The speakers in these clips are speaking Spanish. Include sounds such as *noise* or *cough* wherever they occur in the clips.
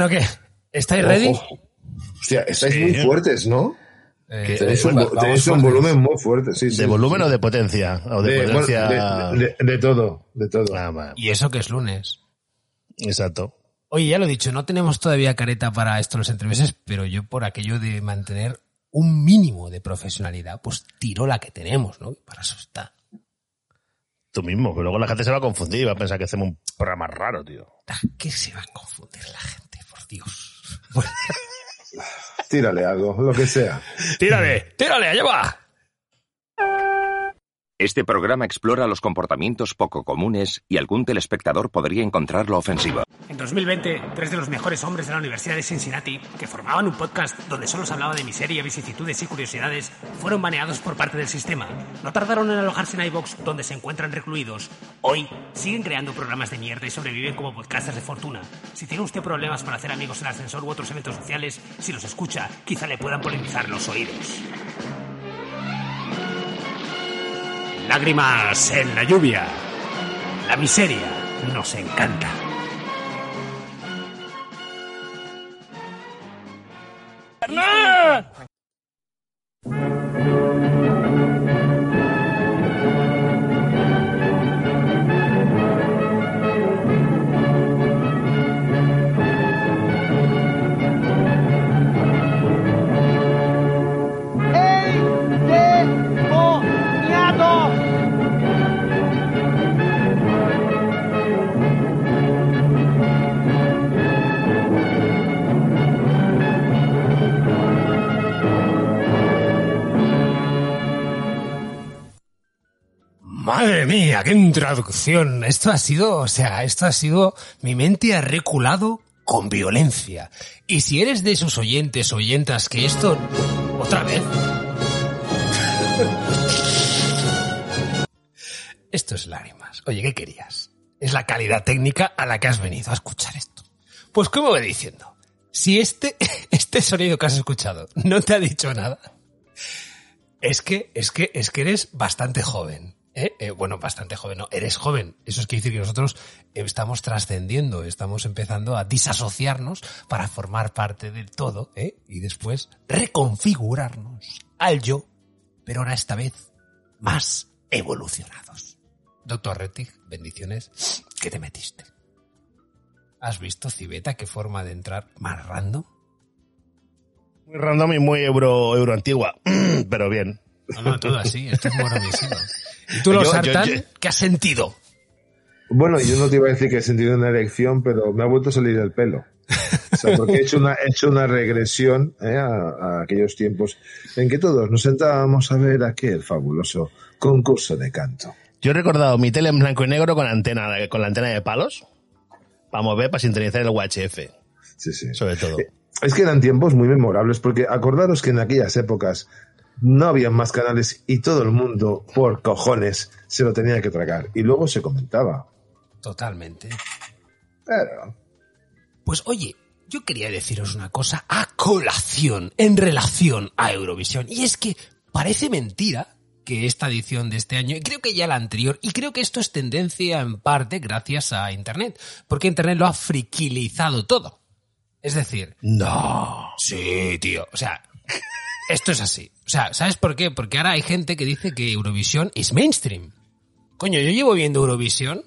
¿No qué? ¿Estáis ready? Ojo. Hostia, estáis muy fuertes, ¿no? Eh, tenéis un, va- vo- vamos tenéis un fuertes. volumen muy fuerte, sí, sí. ¿De volumen o de potencia? O de, De- bueno, potencia. de- de- de todo, de todo. Ah, va. Y eso que es lunes. Exacto. Oye, ya lo he dicho, no tenemos todavía careta para esto en los entremeses, pero yo por aquello de mantener un mínimo de profesionalidad, pues tiro la que tenemos, ¿no? Para eso está. Tú mismo, que luego la gente se va a confundir y va a pensar que hacemos un programa raro, tío. Ah, ¿Qué se va a confundir la gente, por Dios? Bueno, Tírale algo, lo que sea. ¡Tírale! *laughs* ¡Tírale, allá va! Este programa explora los comportamientos poco comunes y algún telespectador podría encontrarlo ofensivo. En 2020, tres de los mejores hombres de la Universidad de Cincinnati, que formaban un podcast donde solo se hablaba de miseria, vicisitudes y curiosidades, fueron baneados por parte del sistema. No tardaron en alojarse en iVox, donde se encuentran recluidos. Hoy, siguen creando programas de mierda y sobreviven como podcasters de fortuna. Si tiene usted problemas para hacer amigos en el ascensor u otros eventos sociales, si los escucha, quizá le puedan polinizar los oídos. Lágrimas en la lluvia. La miseria nos encanta. Madre mía, qué introducción. Esto ha sido, o sea, esto ha sido mi mente ha reculado con violencia. Y si eres de esos oyentes, oyentas que esto otra vez. *laughs* Esto es lágrimas. Oye, ¿qué querías? Es la calidad técnica a la que has venido a escuchar esto. Pues como voy diciendo, si este *laughs* este sonido que has escuchado no te ha dicho nada, es que, es que, es que eres bastante joven. ¿eh? Eh, bueno, bastante joven, no, eres joven. Eso es que decir que nosotros eh, estamos trascendiendo, estamos empezando a disasociarnos para formar parte del todo ¿eh? y después reconfigurarnos al yo, pero ahora esta vez más evolucionados. Doctor Rettig, bendiciones, que te metiste. ¿Has visto, Civeta, qué forma de entrar más random? Muy random y muy euro, euro antigua. *clears throat* Pero bien. No, no, todo así, esto es monomisivo. ¿Y tú, Yo- lo yo- sartán, yo- qué has sentido? Bueno, yo no te iba a decir que he sentido una erección, pero me ha vuelto a salir el pelo. O sea, porque he hecho una, he hecho una regresión ¿eh? a, a aquellos tiempos en que todos nos sentábamos a ver aquel fabuloso concurso de canto. Yo he recordado mi tele en blanco y negro con antena, con la antena de palos. Para mover, para sintonizar el UHF, Sí, sí. sobre todo. Es que eran tiempos muy memorables, porque acordaros que en aquellas épocas no había más canales y todo el mundo, por cojones, se lo tenía que tragar. Y luego se comentaba. Totalmente. Pero, Pues oye, yo quería deciros una cosa a colación en relación a Eurovisión. Y es que parece mentira que esta edición de este año, y creo que ya la anterior, y creo que esto es tendencia en parte gracias a Internet, porque Internet lo ha friquilizado todo. Es decir, No. Sí, tío. O sea, esto es así. O sea, ¿sabes por qué? Porque ahora hay gente que dice que Eurovisión es mainstream. Coño, yo llevo viendo Eurovisión.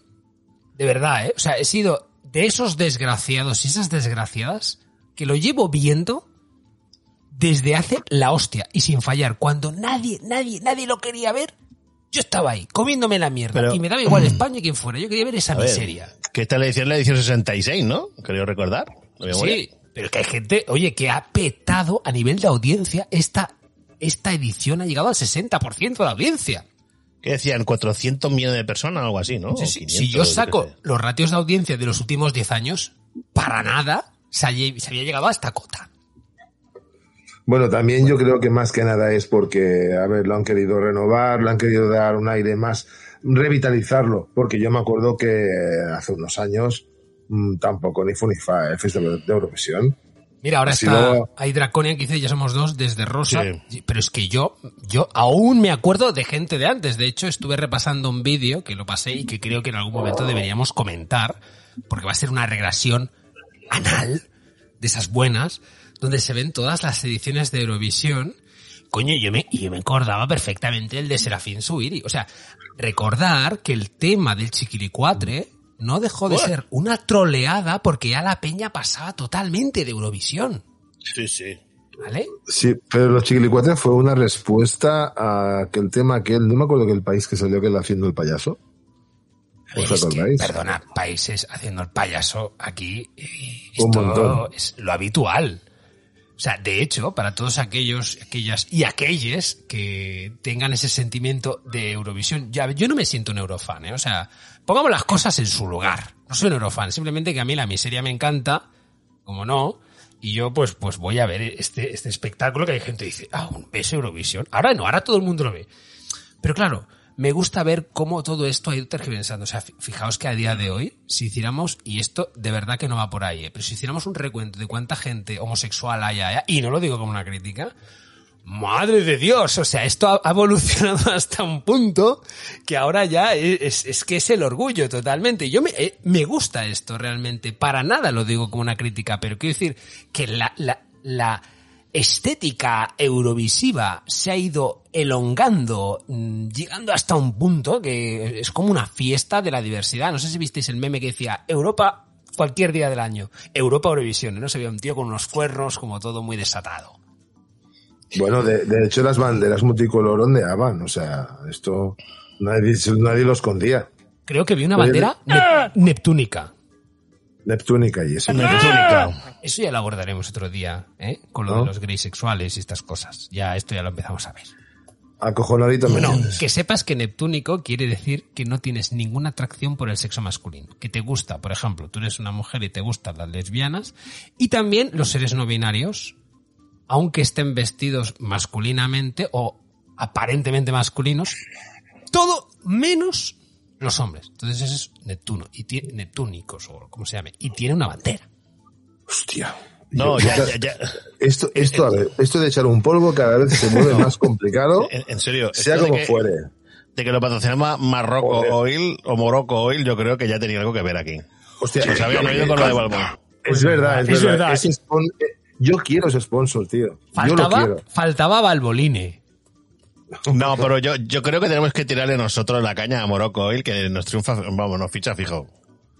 De verdad, ¿eh? O sea, he sido de esos desgraciados y esas desgraciadas que lo llevo viendo desde hace la hostia y sin fallar. Cuando nadie, nadie, nadie lo quería ver, yo estaba ahí comiéndome la mierda. Pero- y me daba *clears throat* igual España y quien fuera. Yo quería ver esa A ver, miseria. Que esta es la edición, la edición 66, ¿no? Creo recordar. Lo voy a Sí, poner. pero que hay gente, oye, que ha petado a nivel de audiencia. Esta, esta edición ha llegado al 60% de la audiencia. Que decían 400 millones de personas o algo así, ¿no? Sí, O sí. 500, si yo saco Oh, qué sé. los ratios de audiencia de los últimos 10 años, para nada se, halle- se había llegado a esta cota. Bueno, también yo creo que más que nada es porque, a ver, lo han querido renovar, lo han querido dar un aire más, revitalizarlo, porque yo me acuerdo que eh, hace unos años mm, tampoco ni fue ni fa el Festival de Eurovisión. Mira, ahora Si está, no- hay Draconian que dice, ya somos dos desde Rosa, Sí. pero es que yo, yo aún me acuerdo de gente de antes. De hecho, estuve repasando un vídeo que lo pasé y que creo que en algún momento deberíamos comentar, porque va a ser una regresión anal de esas buenas, donde se ven todas las ediciones de Eurovisión. Coño, yo me, yo me acordaba perfectamente el de Serafín Suiri. O sea, recordar que el tema del chiquilicuatre no dejó de Bueno. ser una troleada porque ya la peña pasaba totalmente de Eurovisión. Sí, sí. ¿Vale? Sí, pero los chiquilicuates fue una respuesta a que el tema que él, no me acuerdo que el país que salió que él haciendo el payaso. A ver, ¿Os es que, acordáis? perdona, países haciendo el payaso aquí, eh, Un esto montón. es lo habitual. O sea, de hecho, para todos aquellos, aquellas y aquellas que tengan ese sentimiento de Eurovisión, ya, yo no me siento un eurofan, ¿eh? O sea, pongamos las cosas en su lugar. No soy un eurofan, simplemente que a mí la miseria me encanta, como no, y yo pues, pues voy a ver este, este espectáculo que hay gente que dice, ah, ¿ves Eurovisión? Ahora no, ahora todo el mundo lo ve. Pero claro, me gusta ver cómo todo esto ha ido tergiversando. O sea, fi- fijaos que a día de hoy, si hiciéramos, y esto de verdad que no va por ahí, ¿eh? pero si hiciéramos un recuento de cuánta gente homosexual hay allá, y no lo digo como una crítica, madre de Dios, o sea, esto ha ha evolucionado *laughs* hasta un punto que ahora ya e- es, es que es el orgullo totalmente. Yo me, eh, me gusta esto realmente, para nada lo digo como una crítica, pero quiero decir que la, la, la estética eurovisiva se ha ido elongando, mm, llegando hasta un punto que es como una fiesta de la diversidad. No sé si visteis el meme que decía Europa cualquier día del año, Europa Eurovisión, y no se veía un tío con unos cuernos como todo muy desatado. Bueno, de, de hecho las banderas multicolor ondeaban, o sea, esto nadie, nadie lo escondía. Creo que vi una Oye, bandera nep- neptúnica. Neptúnica y eso. Neptúnica. Eso ya lo abordaremos otro día, ¿eh? Con lo ¿No? de los gays sexuales y estas cosas. Ya, esto ya lo empezamos a ver. Acojonadito me Bueno, tienes. que sepas que neptúnico quiere decir que no tienes ninguna atracción por el sexo masculino. Que te gusta, por ejemplo, tú eres una mujer y te gustan las lesbianas. Y también los seres no binarios, aunque estén vestidos masculinamente o aparentemente masculinos, todo menos los hombres. Entonces ese es Neptuno, y tiene, Neptúnicos o como se llame, y tiene una bandera. Hostia. No, Yo- ya, *laughs* yo- ya, ya. Esto, esto, a ver, esto de echar un polvo cada vez se vuelve más *laughs* complicado, En, en serio. sea Eh, esto de como que- fuere. De que lo patrocinaba Marroco Joder. Oil o Morocco Oil, yo creo que ya tenía algo que ver aquí. Hostia, Nos habían oído con lo de Balbón. es verdad, es, Es verdad. verdad. Ese spon- eh, yo quiero ese sponsor, tío. Yo lo Faltaba, quiero. faltaba Balboline. No, pero yo, yo creo que tenemos que tirarle nosotros la caña a Morocco Oil, que nos triunfa, vamos, nos ficha fijo.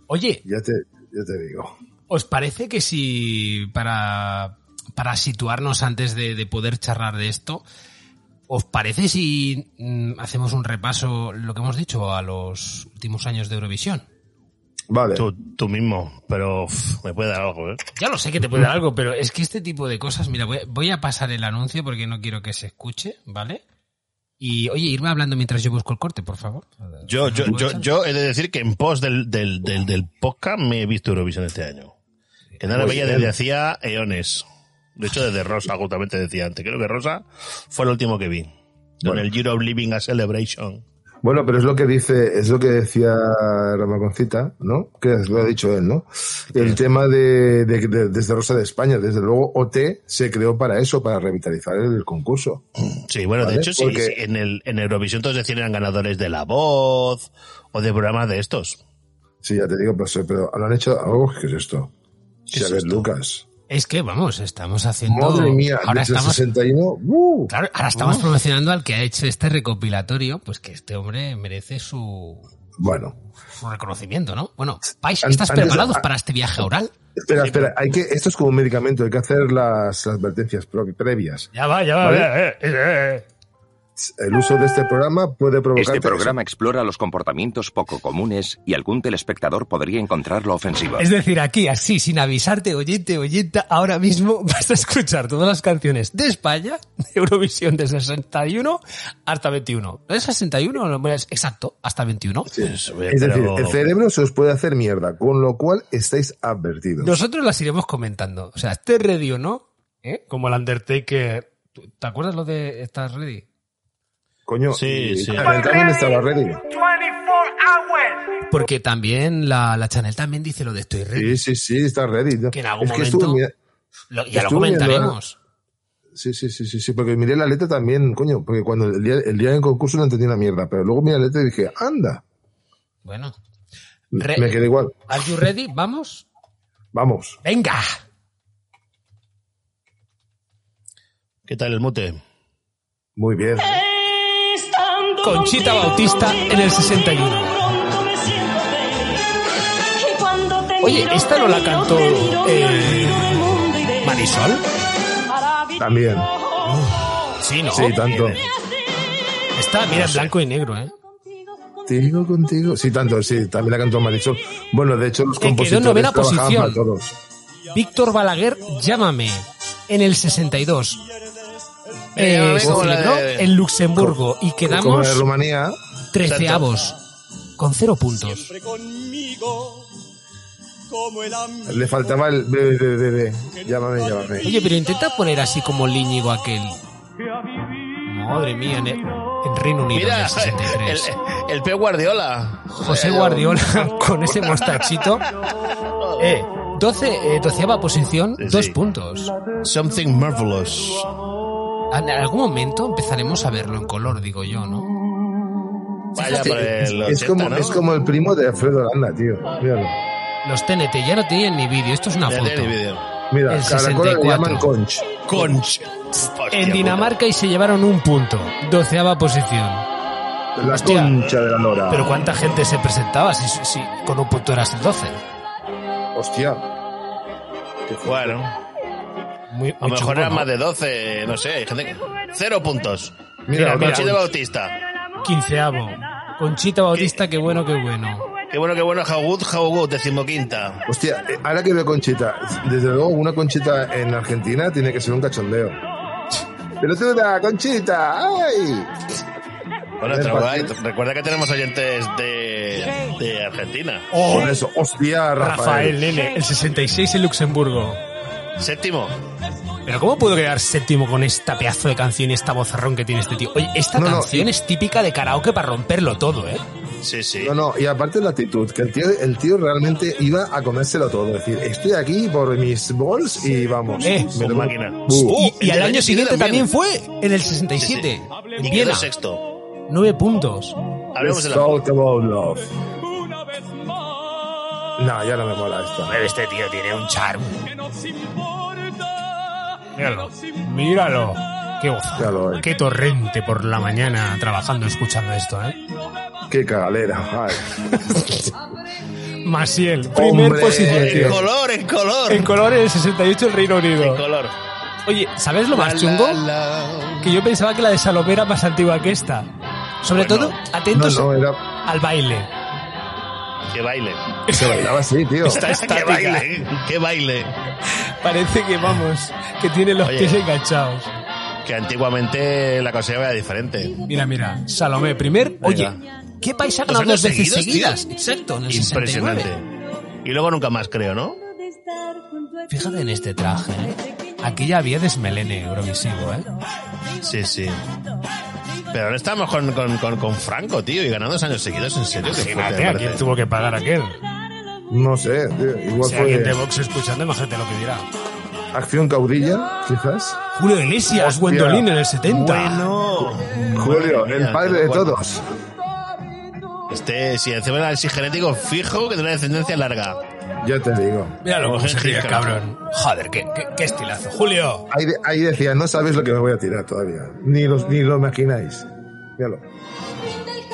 Oye, Ya te, ya te digo. ¿Os parece que si para, para situarnos antes de, de poder charlar de esto, ¿os parece si mm, hacemos un repaso lo que hemos dicho a los últimos años de Eurovisión? Vale. Tú, tú mismo, pero uf, me puede dar algo, ¿eh? Ya lo sé que te puede dar algo, pero es que este tipo de cosas, mira, voy, voy a pasar el anuncio porque no quiero que se escuche, ¿vale? Y oye, irme hablando mientras yo busco el corte, por favor. Yo, yo, yo, yo he de decir que en pos del, del, del, del podcast me he visto Eurovisión este año. Que no lo Muy veía bien. desde hacía eones. De hecho, desde Rosa, justamente decía antes. Creo que Rosa fue el último que vi. Con Bueno. el Giro of Living a Celebration. Bueno, pero es lo que dice, es lo que decía Ramaconcita, ¿no? Que es- lo ha dicho él, ¿no? El tema de, de- de- desde Rosa de España, desde luego OT se creó para eso, para revitalizar el concurso. Sí, bueno, ¿Vale? de hecho, sí, Porque- sí, en, el, en Eurovisión todos decían eran ganadores de La Voz o de programas de estos. Sí, ya te digo, pero, se- pero lo han hecho, oh, ¿qué es esto? Xavier Lucas. Es que vamos, estamos haciendo. Madre mía, ahora desde el estamos 61, ¡uh! Claro, ahora estamos promocionando al que ha hecho este recopilatorio, pues que este hombre merece su, Bueno, su reconocimiento, ¿no? Bueno, Pais, An- ¿estás antes- preparados a- para este viaje oral? espera, espera, hay que, esto es como un medicamento, hay que hacer las, las advertencias pro- previas. Ya va, ya eh, va. ¿Vale? El uso de este programa puede provocar... Este programa explora los comportamientos poco comunes y algún telespectador podría encontrarlo ofensivo. Es decir, aquí, así, sin avisarte, oyente, oyenta, ahora mismo *laughs* vas a escuchar todas las canciones de España, de Eurovisión de 61 hasta 21. ¿No es 61? Bueno, es Exacto, hasta 21. Pues, oye, Es decir, pero- el cerebro se os puede hacer mierda, con lo cual estáis advertidos. Nosotros las iremos comentando. O sea, estés ready o no, ¿eh? como el Undertaker. ¿Tú- ¿Te acuerdas lo de estás ready? Coño, Sí, y- sí. y Carmen también estaba ready. 24 hours. Porque también la, la Chanel también dice lo de estoy ready. Sí, sí, sí, está ready. Que en algún Es que momento- estuve mira- Lo- ya lo estuve viendo ¿eh? comentaremos. Sí, sí, sí, sí, sí, porque miré la letra también, coño, porque cuando el día, el día del concurso no entendí una mierda, pero luego miré la letra y dije, anda, Bueno. Re- me quedé igual, ¿Are you ready? ¿Vamos? vamos. ¡Venga! ¿Qué tal el mute? Muy bien. Conchita Bautista en el 61. Oye, ¿esta no la cantó eh, Marisol? También. Sí, ¿no? Sí, tanto. Esta, mira, en blanco y negro, ¿eh? Contigo, contigo. Sí, tanto, sí. También la cantó Marisol. Bueno, de hecho, los Que quedó en compositores novena trabajaban posición. para todos. Víctor Balaguer, llámame, en el 62. Eh, Llámame se como la celebró de- en Luxemburgo y Como de quedamos Rumanía. treceavos, con cero puntos. conmigo como el amigo Le faltaba el bebé, bebé, bebé. Llámame, llámame. Oye, pero intenta poner así como Líñigo aquel. Madre mía, en, en Reino Unido en Mira, el 63. el, el P. Guardiola. José Guardiola *laughs* con ese mostachito. Eh, 12, eh, doceava posición, Sí, dos sí. puntos. Something Marvelous. En algún momento empezaremos a verlo en color, digo yo, ¿no? Vaya por el 80, Es como, ¿no? es como el primo de Alfredo Landa, tío. Míralo. Los TNT ya no tienen ni vídeo, esto es una Ya foto. tiene vídeo. Mira, El Caracola le 64. llaman Conch. Conch. En Dinamarca y se llevaron un punto, doceava posición. La Hostia. concha de la Nora. Pero ¿cuánta gente se presentaba si, si con un punto eras el 12? Hostia. Bueno, Muy, a lo mejor eran más de 12, no sé, hay gente que... Cero puntos. Mira, Mira, mira, Conchita Conch. Bautista. Quinceavo. Conchita Bautista, qué bueno, qué bueno. Qué bueno, qué bueno, How good, how good, decimoquinta. Hostia, eh, ahora que veo Conchita, desde luego una Conchita en Argentina tiene que ser un cachondeo. *laughs* ¡Pelotuda, Conchita! ¡Ay! Bueno, Del Traugay, partido. recuerda que tenemos oyentes de, de Argentina. Por eso, hostia, Rafael Oh, Rafael. Nene, el 66 en Luxemburgo. Séptimo. Pero ¿cómo puedo quedar séptimo con esta pedazo de canción y esta vozarrón que tiene este tío? Oye, esta No, no, canción es típica de karaoke para romperlo todo, ¿eh? Sí, sí. No, no, y aparte la actitud, que el tío, el tío realmente iba a comérselo todo. Es decir, estoy aquí por mis balls y vamos. Eh, Me con lo- máquina. Uh, y y al el del año 27 siguiente también fue, también. en el 67, Y en quedó Viena. sexto. Nueve puntos. Hablemos de let's la... talk about love. No, ya no me mola esta. Este tío tiene un charme. Míralo. Míralo. Qué gozo. Ya lo hay. Qué torrente por la mañana trabajando escuchando esto, ¿eh? Qué cagalera. Ay. Maciel, primer Hombre, posición. tío. El color, el color. En color el 68 el Reino El Unido. color. Oye, ¿sabes lo más chungo? Que yo pensaba que la de Salomé era más antigua que esta. Sobre Pues no. todo, atentos no, no, era. al baile. Que baile. Se bailaba así, tío. *laughs* Está Que estática. baile. Que baile. Parece que vamos, que tiene los Oye. pies enganchados. Que antiguamente la cosa era diferente. Mira, mira, Salomé, primer. Oye, ¿qué país ha ganado Pues Los dos años veces seguidos, seguidas? Exacto, en el Impresionante. 69. Y luego nunca más, creo, ¿no? Fíjate en este traje. Aquí ya había desmelene eurovisivo, ¿eh? Sí, sí. Pero ahora estamos con, con, con, con Franco, tío, y ganando dos años seguidos, en serio. Qué fuerte, me parece. tuvo que pagar aquel? No sé, tío. Igual Si alguien de Pues fue Vox escuchando, imagínate lo que dirá. Acción Caudilla, quizás. Julio Iglesias, Gwendolyn en el 70. Bueno. Julio, Madre el mía, padre qué de bueno. todos. Este, si encima era así genético, fijo que tiene una descendencia larga. Ya te digo. Míralo cómo se ríe, Henry cabrón. Joder, qué, qué- qué estilazo. Julio. Ahí, de- ahí decía, no sabéis lo que me voy a tirar todavía. Ni, los, ni lo imagináis. Míralo.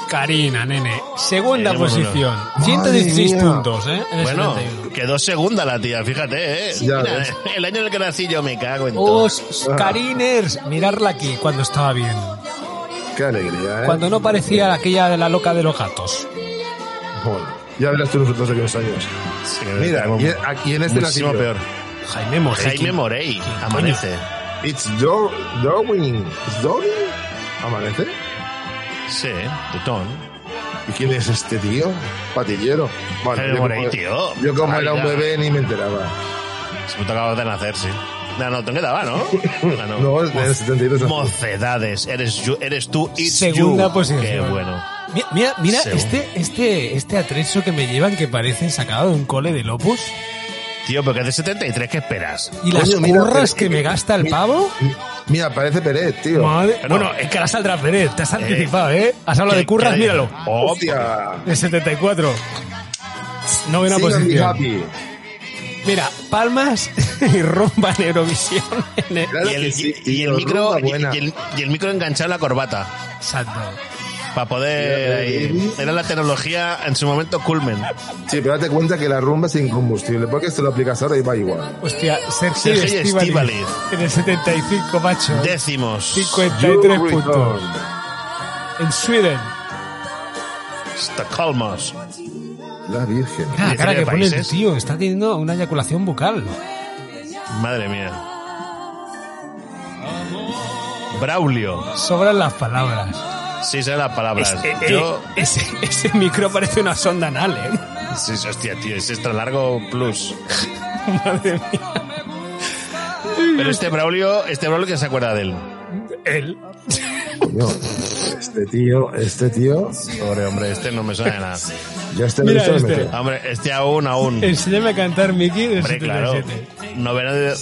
Karina, nene. Segunda Tenemos posición. uno. 116 Madre mía. puntos, ¿eh? En el Bueno, 71. quedó segunda la tía, fíjate, ¿eh? Ya Mira, ves. el año en el que nací yo me cago en Oh, todo. Os Kariners, mirarla aquí cuando estaba bien. Qué alegría, ¿eh? Cuando no parecía aquella de la loca de los gatos. Bueno, ya verás tú nosotros de aquellos años. Sí, Mira, tengo y e- aquí en este muchísimo nacido. peor. Jaime Morey. Jaime ¿quién- Morey, quién coño? amanece. It's Dor- Darwin. ¿Es Darwin? ¿Amanece? Sí, tutón. ¿Y quién es este tío? Patillero. Jaime Morey, tío. Yo como era un Barbaridad. bebé ni me enteraba. Se puto acabas de nacer, sí. No, no, te quedaba, *laughs* ¿no? Ah, No, en el 72 nací. Mocedades, eres, you- eres tú, it's Segunda you. posición. Qué bueno. Mira, mira, mira Según. este, este, este atrezo que me llevan que parece sacado de un cole de Lopus. Tío, porque es de 73, ¿qué esperas? Y las Coño, mira, curras pero- que me gasta el mira, pavo. Mira, parece Pérez, tío. Madre- Pero- Bueno, es que ahora saldrá Pérez, te has anticipado, ¿eh? Has hablado ¿Qué- de curras, qué- míralo. Oh, Hostia. El 74. Novena Sing and be posición. happy. Mira, palmas *laughs* y rumba en Eurovisión. En el... Claro Y que el, sí, y- y tío, el micro, rumba y, buena. y el, y el micro enganchado en la corbata. Exacto. Para poder. ahí- era la tecnología en su momento culmen. Sí, pero date cuenta que la rumba es incombustible, porque esto lo aplicas ahora y va igual. Hostia, Sergio Sergio Sergio Estíbaliz. En el 75, macho. Décimos. 53 Euroreturn. puntos. En Sweden. Estocolmos. La Virgen. Ah, cara 19 que pone el países. tío. Está teniendo una eyaculación bucal. Madre mía. Braulio. Sobran las palabras. Sí, sé las palabras. Es- eh, eh, Yo. ese, ese micro parece una sonda anal, ¿eh? Sí, sí, hostia, tío, es extra largo plus. *laughs* Madre mía. Pero este Braulio, este Braulio que se acuerda de él. ¿eh? Él. Coño, este tío, este tío, Pobre hombre, este no me suena de nada. ya este Mira visto este. meter. Hombre, este *laughs* aún, aún. Enséñame a cantar Mickey del Hombre, claro. 77. Novena de,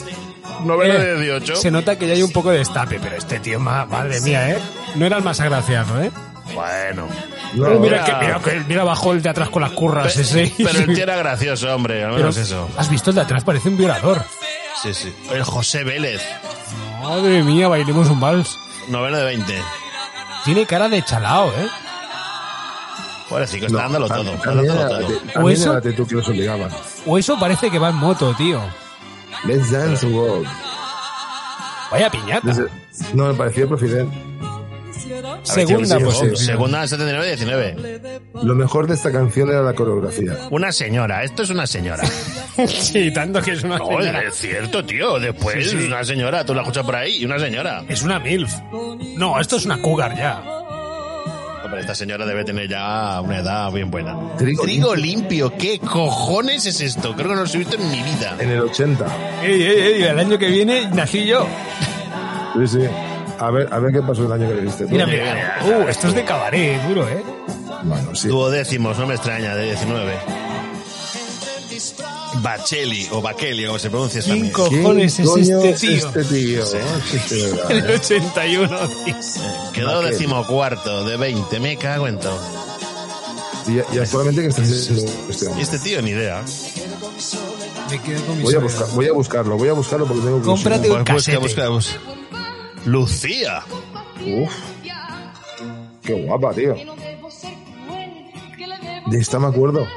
novena Eh, de 18. Se nota que ya hay un poco de estape, pero este tío, ma- madre mía, ¿eh? No era el más agraciado, ¿eh? Bueno. No, Pero mira, era- que, mira, que- mira abajo el de atrás con las curras Pe- ese. Pero el *laughs* tío era gracioso, hombre, al Ah, Pero- menos eso. ¿Has visto el de atrás? Parece un violador. Sí, sí. El José Vélez, Madre mía, bailemos un vals. novena de 20. Tiene cara de chalao, ¿eh? Pobrecito, está dándolo todo. Está También era- dándolo todo. te- ¿O también eso? era tú que los obligaban. O eso parece que va en moto, tío. Let's dance world. Vaya piñata. Desde- No, me pareció Profident. Segunda sí, posición. sí, Segunda, 79 19. Lo mejor de esta canción era la coreografía. Una señora, esto es una señora. *laughs* Sí, tanto que es una No, señora. es cierto, tío. Después Sí, sí. es una señora, tú la escuchas por ahí, y una señora. Es una MILF. No, esto es una cougar ya. Hombre, esta señora debe tener ya una edad bien buena. Trigo limpio, ¿qué cojones es esto? Creo que no lo he visto en mi vida. En el 80. Ey, ey, ey, el año que viene nací yo. Sí, sí. A ver, a ver qué pasó el año que le viste. Mira, mira. Uh, esto es de cabaret, duro, *laughs* ¿eh? Bueno, sí. Duodécimos, no me extraña, de 19. Bacheli o Bakeli, como se pronuncia esta Cinco. mierda. ¿Quién cojones es coño este tío? Este tío. Sí. Este de verdad, El ¿eh? 81. tío. Quedó Bakeli. decimocuarto de 20, me cago en todo. Y, y actualmente que está haciendo este Y hombre. este tío, ni idea. Me quedo con mi Voy a, soledad. buscar, voy a buscarlo, voy a buscarlo porque tengo que... Cómprate un Busca, casete. busca, busca. Lucía. Uf. Qué guapa, tío. De esta me acuerdo.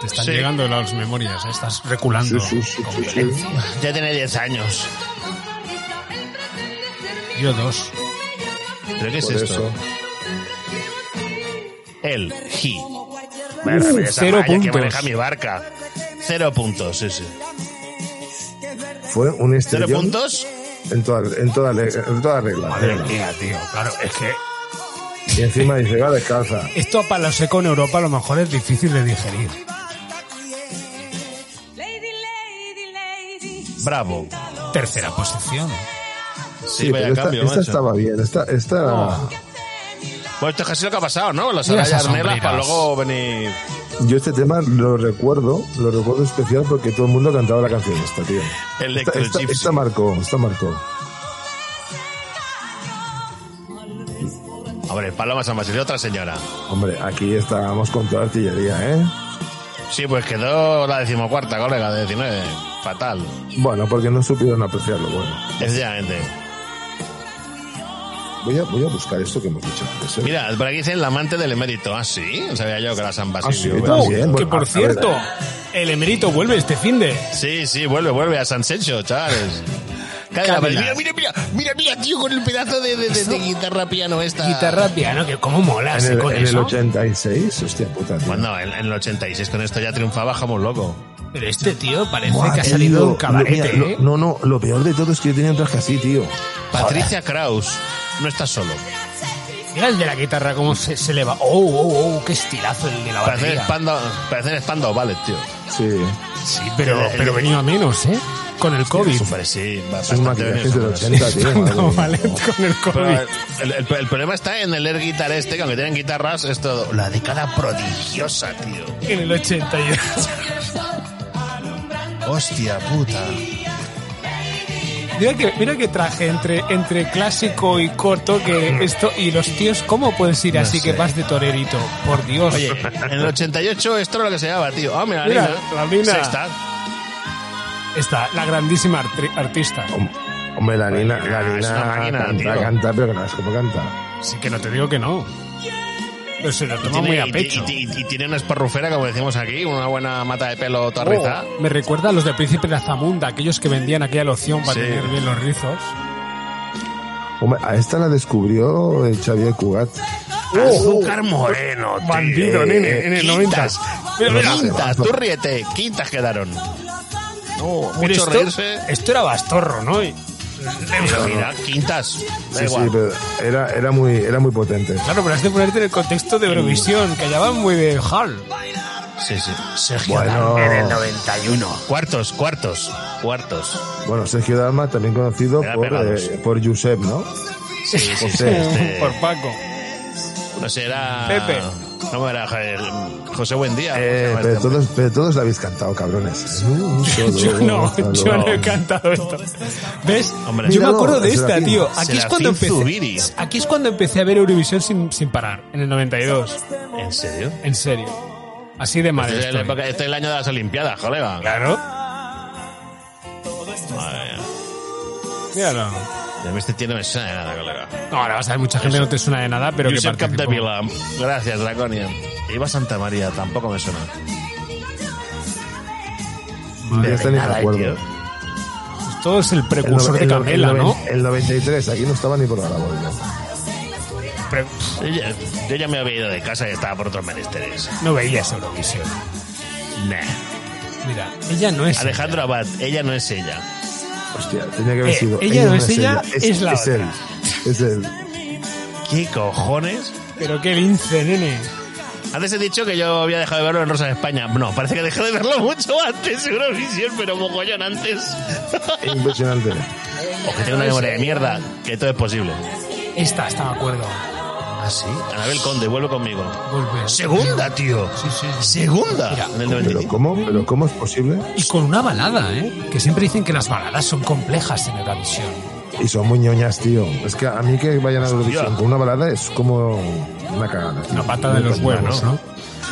Te están Sí. llegando las memorias, ¿eh? estás reculando. Sí, sí, sí, sí, sí. Ya tiene 10 años. Yo dos. ¿Pero qué es Por esto? eso. El He. Uf, Esa cero malla que puntos. maneja mi barca. Cero puntos, sí, sí. Fue un ¿Cero estrellón puntos? en toda, en toda, le- en toda regla. Madre mía, tío. Claro, es que Y encima dice, va descalza. esto para los seco en Europa a lo mejor es difícil de digerir. Bravo. Tercera posición. Sí, Sí, vaya pero esta, cambio, esta macho. estaba bien. Esta, esta... Bueno, esto es casi lo que ha pasado, ¿no? Las Mira medallas esas negras para sombreras. luego venir... Yo este tema lo recuerdo, lo recuerdo especial porque todo el mundo cantaba la canción esta, tío. Esta, Electro esta, Gypsy. esta marcó, esta marcó. Hombre, Paloma San Basilio, otra señora. Hombre, aquí estábamos con toda artillería, ¿eh? Sí, pues quedó la decimocuarta, colega, de 19. Fatal. Bueno, porque no supieron apreciarlo, bueno. Efectivamente. Voy a, voy a buscar esto que hemos dicho antes. ¿eh? Mira, por aquí dicen la amante del emérito. Ah, sí. No sabía yo que era San Basilio. Ah, sí, Bueno, también. Bien, Uh, que bueno, por a- a cierto, ver. el emérito vuelve este fin de. Sí, sí, vuelve, vuelve a San Sencho, chavales. Cádiz, Cádiz. mira, mira, mira, mira, mira, tío, con el pedazo de, de- de- de guitarra piano esta. Guitarra piano, que cómo mola En así el, con en el eso. 86, hostia puta. tío. Bueno, en, en el 86 con esto ya triunfaba como un loco. Pero este tío parece Buah, que ha tío, salido de un lo- cabaret, mira, lo- ¿eh? no, no, lo peor de todo es que yo tenía un traje así, tío. Patricia Kraus, no estás solo. Mira el de la guitarra cómo se, se eleva. Oh, oh, oh, qué estilazo el de la Parecen batería. Spandau, parecen Spandau Ballet, tío. Sí, Sí, pero, El- el- pero venido a menos, ¿eh? Con el COVID. *laughs* Súper, sí, ba- son bastante bien. maquillajes del eso, 80, tío. madre No, mía. vale, con el Pero COVID. el, el- el problema está en el air guitar este, que aunque tienen guitarras, es todo. La década prodigiosa, tío. En el 88. Hostia puta. Mira que, mira que traje entre, entre clásico y corto Mm. que esto y los tíos, ¿cómo puedes ir así que vas de torerito? Por Dios. Oye, en el 88 esto era lo que se llamaba, tío. Ah, mira, la Mira, Nina. la Nina. Sexta. está la grandísima artri- artista. Hom- Hombre, la nina, la es una nina máquina, canta, tío. canta, pero no es como canta. Sí que no te digo que no. Pero se lo toma muy a y- pecho. Y, y- y tiene una esparrufera, como decimos aquí, una buena mata de pelo Oh, toda rizada. Me recuerda a los de Príncipe de Azamunda, aquellos que vendían aquella loción para Sí. tener bien los rizos. Hombre, a esta la descubrió el Xavier Cugat. Azúcar moreno, tío. oh. Bandido, nene, en el 90. Quintas. Pero mira, quintas, tú ríete. Quintas quedaron. No, pero mucho esto, reírse. esto era bastorro, ¿no? Y- Pero mira, quintas. Sí, Da sí, igual. pero era, era, muy, era muy potente. claro, pero has de ponerte en el contexto de Eurovisión, que allá van muy de Hall. Sí, sí. Sergio Bueno, Dalma en el 91. Cuartos, cuartos, cuartos. bueno, Sergio Dalma, también conocido Era por, pegados. eh, por Josep, ¿no? Sí, sí, sí, José. este- Por Paco. no sé, era... Pepe. ¿Cómo era? Joder, José Buendía. Eh, ¿Cómo se pero, llama este todos, pero todos la habéis cantado, cabrones. Yo no, yo no he cantado. cantado esto. ¿Ves? Hombre, yo me Míralo, acuerdo de esta, Serafín. tío. Aquí es Serafín cuando empecé. Zubiri. Aquí es cuando empecé a ver Eurovisión sin, sin parar, en el 92. hombre? ¿En serio? Este En serio. Así de mal. es, la estoy. época- este es el año de las Olimpiadas, colega. Claro. Madre mía. Míralo. De este tío no me suena de nada, colega. No, ahora vas a ver, mucha gente no te suena de nada, pero que Josep participó. Capdevila. Gracias, Draconian. Iba a Santa María, tampoco me suena. Ya está ni me Nada, acuerdo. tío. Pues Todo es el El, no- precursor de el no- el Camela, noven- ¿no? el 93, aquí no estaba ni por la labor. Pre- Yo ya, yo ya me había ido de casa y estaba por otros menesteres. No veías Eurovisión. Nah. Mira, ella no es. Alejandro Abad, ella no es ella. Hostia, tenía que Eh, haber sido. ella no es ella, es la Es otra. él. Es él. ¿Qué cojones? Pero qué lince, nene. Antes he dicho que yo había dejado de verlo en Rosa de España. No, parece que dejé de verlo *laughs* mucho antes, Eurovisión, pero mogollón antes. Impresionante. *laughs* O que tengo una memoria de mierda, que todo es posible. Esta, está me acuerdo. ¿Ah, sí? Anabel Conde, vuelve conmigo. Vuelve. Segunda, tío. Segunda. Mira, en el ¿Pero 95. cómo? ¿Pero cómo es posible? Y con una balada, ¿eh? Que siempre dicen que las baladas son complejas en Eurovisión. Y son muy ñoñas, tío. Es que a mí que vayan a Eurovisión Hostia. con una balada es como una cagada. tío. Una patada en los huevos, ¿no?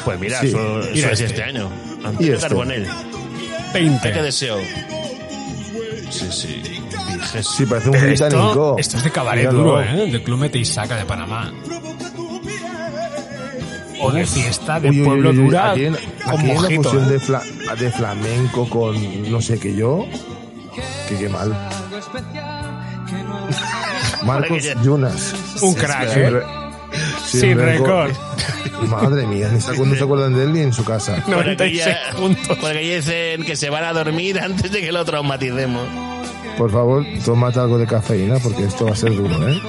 Pues mira, Sí. eso, eso Mira es este. este año. Antonio este. Carbonell. Ay, qué 20. deseo. Sí, sí. Dije Sí, sí. parece un Pero británico. esto, esto es de cabaret Míralo. duro, ¿eh? Del Club Mete y Saca de Panamá. O de fiesta de Pues, Uy, uy, uy, Pueblo uy, uy. Dura Aquí en, con aquí en la mojito. fusión ¿eh? de, fla- de flamenco con no sé qué yo. Que qué *laughs* mal. Marcos Yunas. Un crack, Sin ¿eh? re- Sin récord. *laughs* Madre mía, ni se acu- no se acuerdan de él ni en su casa. Porque 96 ya- puntos. Porque ya dicen que se van a dormir antes de que lo traumaticemos. Por favor, tómate algo de cafeína porque esto va a ser duro, ¿eh?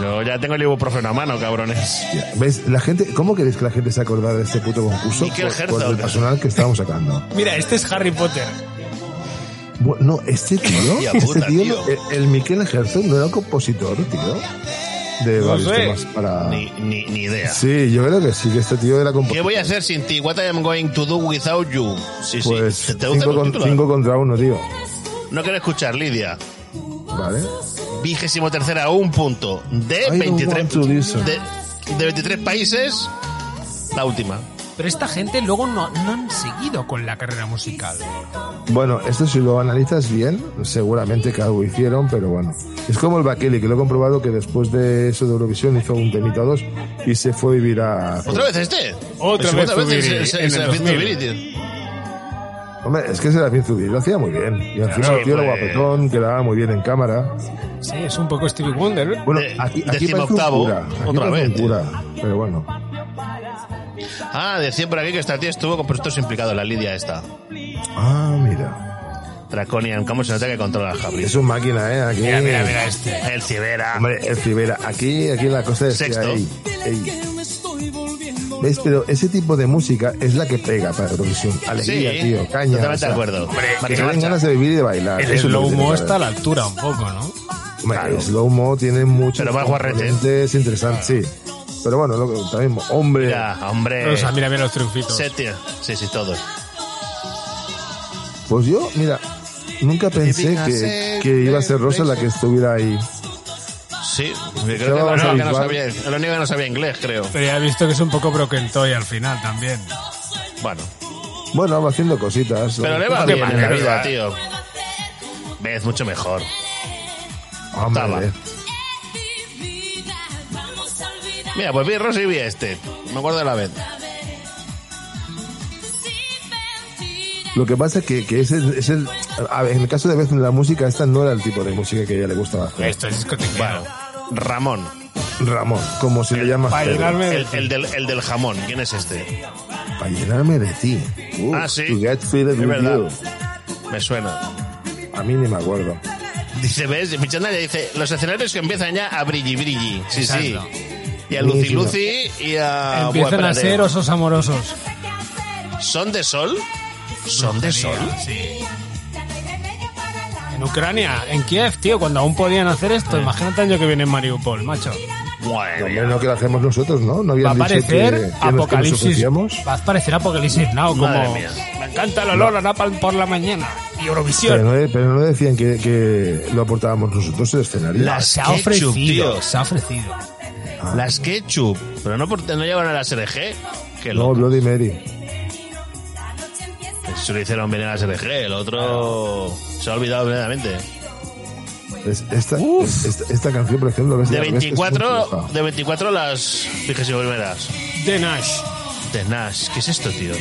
Yo ya tengo el ibuprofeno a mano, cabrones. Ya, ¿Ves? La gente, ¿Cómo queréis que la gente se acordara de este puto concurso? Miquel Por- por, Herzog. el personal que estamos sacando. Mira, este es Harry Potter. Bueno, este tío, *laughs* Hostia este puta, tío, tío. El, el Miquel Herzog no era compositor, tío. De No varios sé. temas para. Ni, ni, ni idea. Sí, yo creo que sí, que este tío era ¿Qué compositor. voy a hacer sin ti? What I am going to do without you. Sí, Pues sí. ¿Te gusta 5 el título? contra 1, tío. No quiero escuchar, Lidia. Vale. Vigésimo tercera, un punto. De don't 23, want to listen. de, de 23 países, la última. Pero esta gente luego no, no han seguido con la carrera musical. Bueno, esto si lo analizas bien, seguramente que algo hicieron, pero bueno. Es como el Bakeli, que lo he comprobado que después de eso de Eurovisión hizo un temita o dos y se fue a vivir a. ¿Otra vez este? Otra Pues vez otra vez Zubiri, se- se- en se- el se- 2000. Zubiri, tío. Hombre, es que Serafín Zubir lo hacía muy bien. Y encima Claro, el tío era pues. guapetón, quedaba muy bien en cámara. Sí, es un poco Stevie Wonder. Bueno, De- aquí, aquí parece un decimoctavo, cura. Aquí otra parece un vez, cura, pero bueno. Ah, decía por aquí que esta tía estuvo con proyectos implicados, la Lidia esta. Ah, mira. Draconian, ¿cómo se nota que controla el Javi? Es un máquina, ¿eh? Aquí. Mira, mira, mira este. El Cibera. Hombre, el Rivera, aquí, aquí en la costa de Sexto. ¿Veis? Pero ese tipo de música es la que pega para Eurovisión. Alegría, tío, caña. eh, Totalmente o sea, de acuerdo. Que Marcha, te den marcha. ganas de vivir y de bailar. El Eso es lo que tiene slow-mo que está a haber. la altura un poco, ¿no? Hombre, El slow-mo tiene muchos Pero más guarrete. componentes interesantes, sí. Pero bueno, lo que- también, hombre, Ya, hombre. O sea, mira, mira los triunfitos. Setia. Sí, sí, todos. pues yo, mira, nunca pensé que, que iba a ser Rosa la que estuviera ahí. Sí, creo que Yo era vamos la a única que no igual. sabía, la única que no sabía inglés, creo. Pero ya he visto que es un poco broken toy al final también. Bueno, Bueno, va haciendo cositas. Pero le va Qué bien ¿eh? en la manera. vida, tío. Ves, mucho mejor. Hombre, Octava. Mira, pues vi Rosy y vi este. Me acuerdo de la vez. Lo que pasa es que, que es el, es el- a ver, en el caso de Beth, la música esta no era el tipo de música que a ella le gustaba hacer. Esto es discotequero. Bueno, Ramón. Ramón, como se le llama. Para Pedro. llenarme de- El, el del, el del jamón. ¿Quién es este? Para llenarme de ti. Uh, Ah, sí. To get filled Es with verdad. you. Me suena. A mí ni me acuerdo. Dice, ves, Michanda ya dice, los escenarios que empiezan ya a brilli brilli. Sí, sí. Exacto. Y a Lucy Sí, sí, no. Lucy y a... Empiezan Buah, a ah, espérate. ser osos amorosos. ¿Son de sol? ¿Son de sol? Sí. En Ucrania, en Kiev, tío, cuando aún podían hacer esto, imagínate el año que viene en Mariupol, macho. No, Bueno, hombre, no que lo hacemos nosotros, ¿no? No Va a habían dicho que, aparecer que nos- que nos Apocalipsis. ofrecíamos. va a aparecer Apocalipsis Now, como. Madre mía. Me encanta el olor a napalm por la mañana. Y Pero Eurovisión. no, pero no decían que, que lo aportábamos nosotros el escenario. Las- se ha ketchup, ofrecido. tío. Se ha ofrecido. las ketchup. Pero no, por, no llevan a las RG. Que No, lo, Bloody Mary. se lo hicieron bien a las RG. El otro se ha olvidado plenamente. Es- esta, es- esta, esta canción, por ejemplo, ves, De la ves, es muy 24, floja. de 24 las vigésimo primeras. The Nash. De Nash. ¿Qué es esto, tío?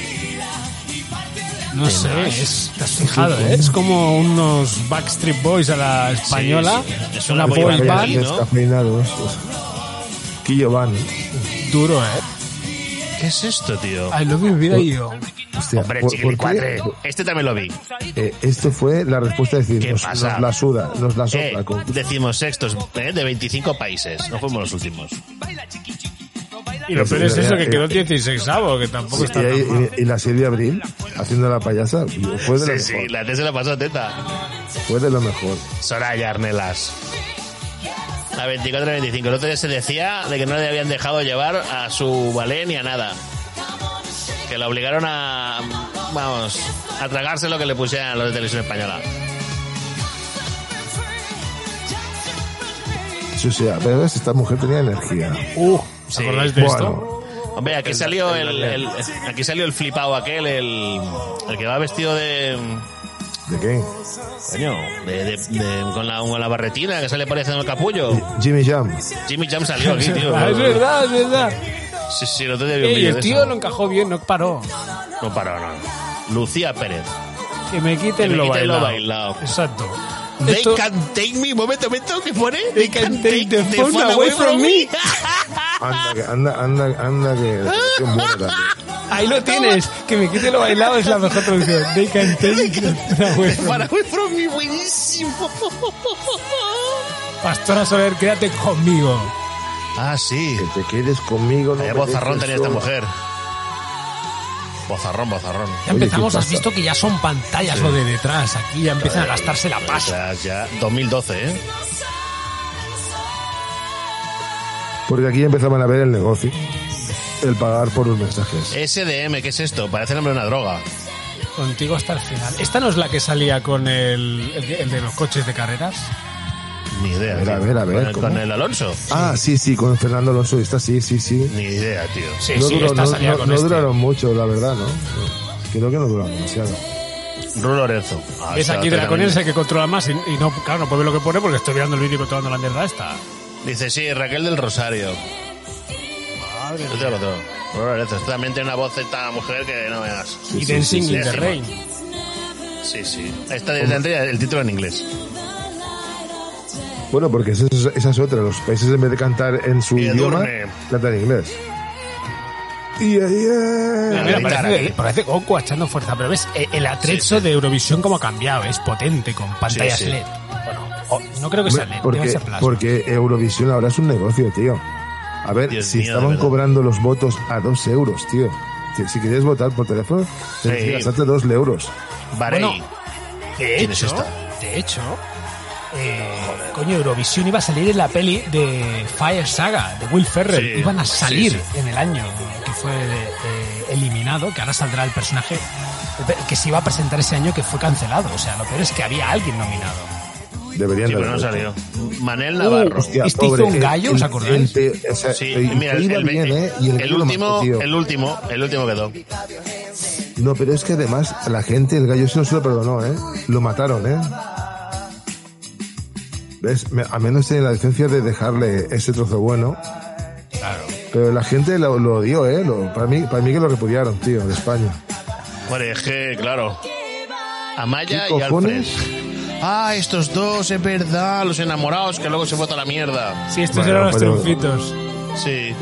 No sé, es, te has fijado, ¿eh? Es como unos Backstreet Boys a la española. Sí, sí. Es Una una boy boy band band ahí, ¿no? Descafeinados. Quillo Van. duro, ¿eh? ¿Qué es esto, tío? I love you, vida y yo. Hostia, Hombre, ¿por- por qué? chiquilicuatre. Este también lo vi. Eh, esto fue la respuesta de decir, ¿Qué nos, pasa? nos la suda, nos la Eh, sopla. con- decimos sextos eh, de 25 países. No fuimos los últimos. Y lo peor es eso, que quedó 16 que tampoco y, está tan mal. ahí- y- y la serie Abril, haciendo la payasa, fue de lo Sí, mejor. sí, la T se la pasó teta. Fue de lo mejor. Soraya Arnelas. La 24 y 25. El otro día se decía de que no le habían dejado llevar a su ballet ni a nada. Que la obligaron a. Vamos, a tragarse lo que le pusieran los de televisión española. Sí, sí, a ver, ves, esta mujer tenía energía. Uh, ¿os Sí. acordáis de esto? Bueno, Hombre, aquí salió el, el- aquí salió el flipado aquel, el, el que va vestido de ¿de qué? coño, de, de- de- con, la, con la barretina que sale pareciendo el capullo. Jimmy Jam. Jimmy Jam salió aquí, *laughs* tío. Ah, es verdad, es verdad. Sí, sí, el otro día vi un Ey, vídeo el de tío eso. lo encajó bien, no paró. No paró, no. Lucía Pérez. Que me Que quiten me lo quiten lo bailado. bailado. Exacto. They Esto- can take me, momento, momento, ¿qué pone? They can take the phone away from me. Anda, que- anda, anda, anda, que la canción buena también. Ahí lo tienes. Que me quiten lo bailado es la mejor traducción. They can take *laughs* the away from Para me. *laughs* away from me, buenísimo. Pastora Soler, quédate conmigo. Ah, sí. Que te quedes conmigo. No Vaya me bozarrón dejes tenía esta solo. mujer. Bozarrón, bozarrón. Ya Oye, empezamos, ¿qué has pasa? visto que ya son pantallas lo de detrás. Aquí ya empiezan a gastarse la O pasta. sea, ya 2012, ¿eh? Porque aquí empezaban a ver el negocio. El pagar por los mensajes. SDM, ¿qué es esto? Parece el nombre de una droga. Contigo hasta el final. ¿Esta no es la que salía con el, el de- el de los coches de carreras? Ni idea. A ver, tío. a ver, a ver, Con el- ¿cómo? Con el Alonso. Ah, sí, sí, con Fernando Alonso. Esta sí, sí, sí. Ni idea, tío. Sí, no sí, duró- esta no- salía no- con no este. duraron mucho, la verdad, ¿no? Creo que no duraron demasiado. Ru Lorenzo. Ah, Es esta aquí otra también. Draconense que controla más y, y no, claro, no puede ver lo que pone porque estoy mirando el vídeo y controlando la mierda esta. Dice, sí, Raquel del Rosario. Madre otro, otro. Ru Lorenzo. Esto también tiene una voz esta mujer que no veas. y Dancing sí, in the sí. Rain. Sí, sí. Esta tendría el título en inglés. Bueno, porque esa es, esa es otra. Los países en vez de cantar en su Y el idioma, Durne. cantan en inglés. Y ahí, Mira, eh, mira, Militar parece, aquí. parece Goku echando fuerza, pero ves, Eh, el atrezo de Eurovisión como ha cambiado, es potente con pantallas Sí, sí. LED. Bueno, o- no creo que sea LED, debe porque, ser plasma. porque Eurovisión ahora es un negocio, tío. A ver, Dios si mío, de estaban verdad. cobrando los votos a dos euros, tío. Si, si querías votar por teléfono, tenías que gastarte dos euros. Barei. Bueno, De ¿Quién es hecho, esta? de hecho, eh, coño, Eurovisión iba a salir en la peli de Fire Saga, de Will Ferrell. Sí, Iban a sí, salir sí. en el año que fue eh, eliminado, que ahora saldrá el personaje eh, que se iba a presentar ese año que fue cancelado. O sea, lo peor es que había alguien nominado. Deberían Sí, de pero no haberlo. salió. Manel Navarro. Hostia, Este hizo pobre, un el- gallo, el- ¿os acordáis? el- el- o sea, Sí, el- mira, el, iba el- bien, ¿eh? Y el, el tío lo mató, último, tío. el último, el último quedó. No, pero es que además a la gente, el gallo se no se lo perdonó, ¿eh? Lo mataron, ¿eh? ¿Ves? Me- A menos tiene la decencia de dejarle ese trozo bueno. Claro. Pero la gente lo, lo odió, ¿eh? Lo- para, mí, para mí que lo repudiaron, tío, de España. Bueno, es que, claro. Amaya ¿Qué y Alfred. cojones? Ah, estos dos, es verdad, los enamorados que luego se vota la mierda. Sí, estos Bueno, eran los pero- triunfitos. Sí.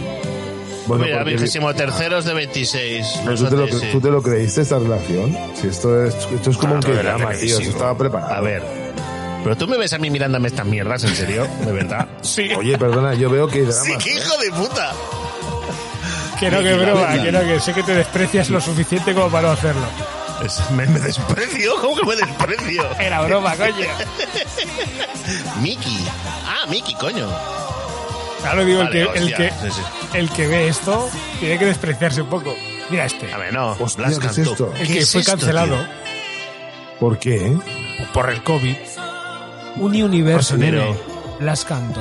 Bueno, Mira, porque- vigésimo terceros de 26. Pero Los ¿Tú te, lo, ATS. cre- tú te lo creíste esta relación? Si esto es, esto es como un Claro, era programa, tío. televisivos. Eso estaba preparado. A ver. Pero tú me ves a mí mirándome estas mierdas, ¿en serio? ¿De verdad? ¿eh? Sí. Oye, perdona, yo veo ¿eh? que hay *laughs* Sí, dramas. qué hijo de puta. Que no, que broma, que no, que sé que te desprecias lo suficiente como para no hacerlo. Es- Me, me desprecio, ¿cómo que me desprecio? Era broma, coño. Miki. Ah, Miki, coño. Claro, digo, Vale, el, que, el, hostia, que, sí, sí. el que ve esto tiene que despreciarse un poco. Mira este, A ver, no. Hostia, Blas ¿qué es Cantú. esto? el ¿Qué que es fue esto, cancelado tío? ¿Por qué? pues por el COVID. Uniuniverso, Cocinero. nene. Las canto.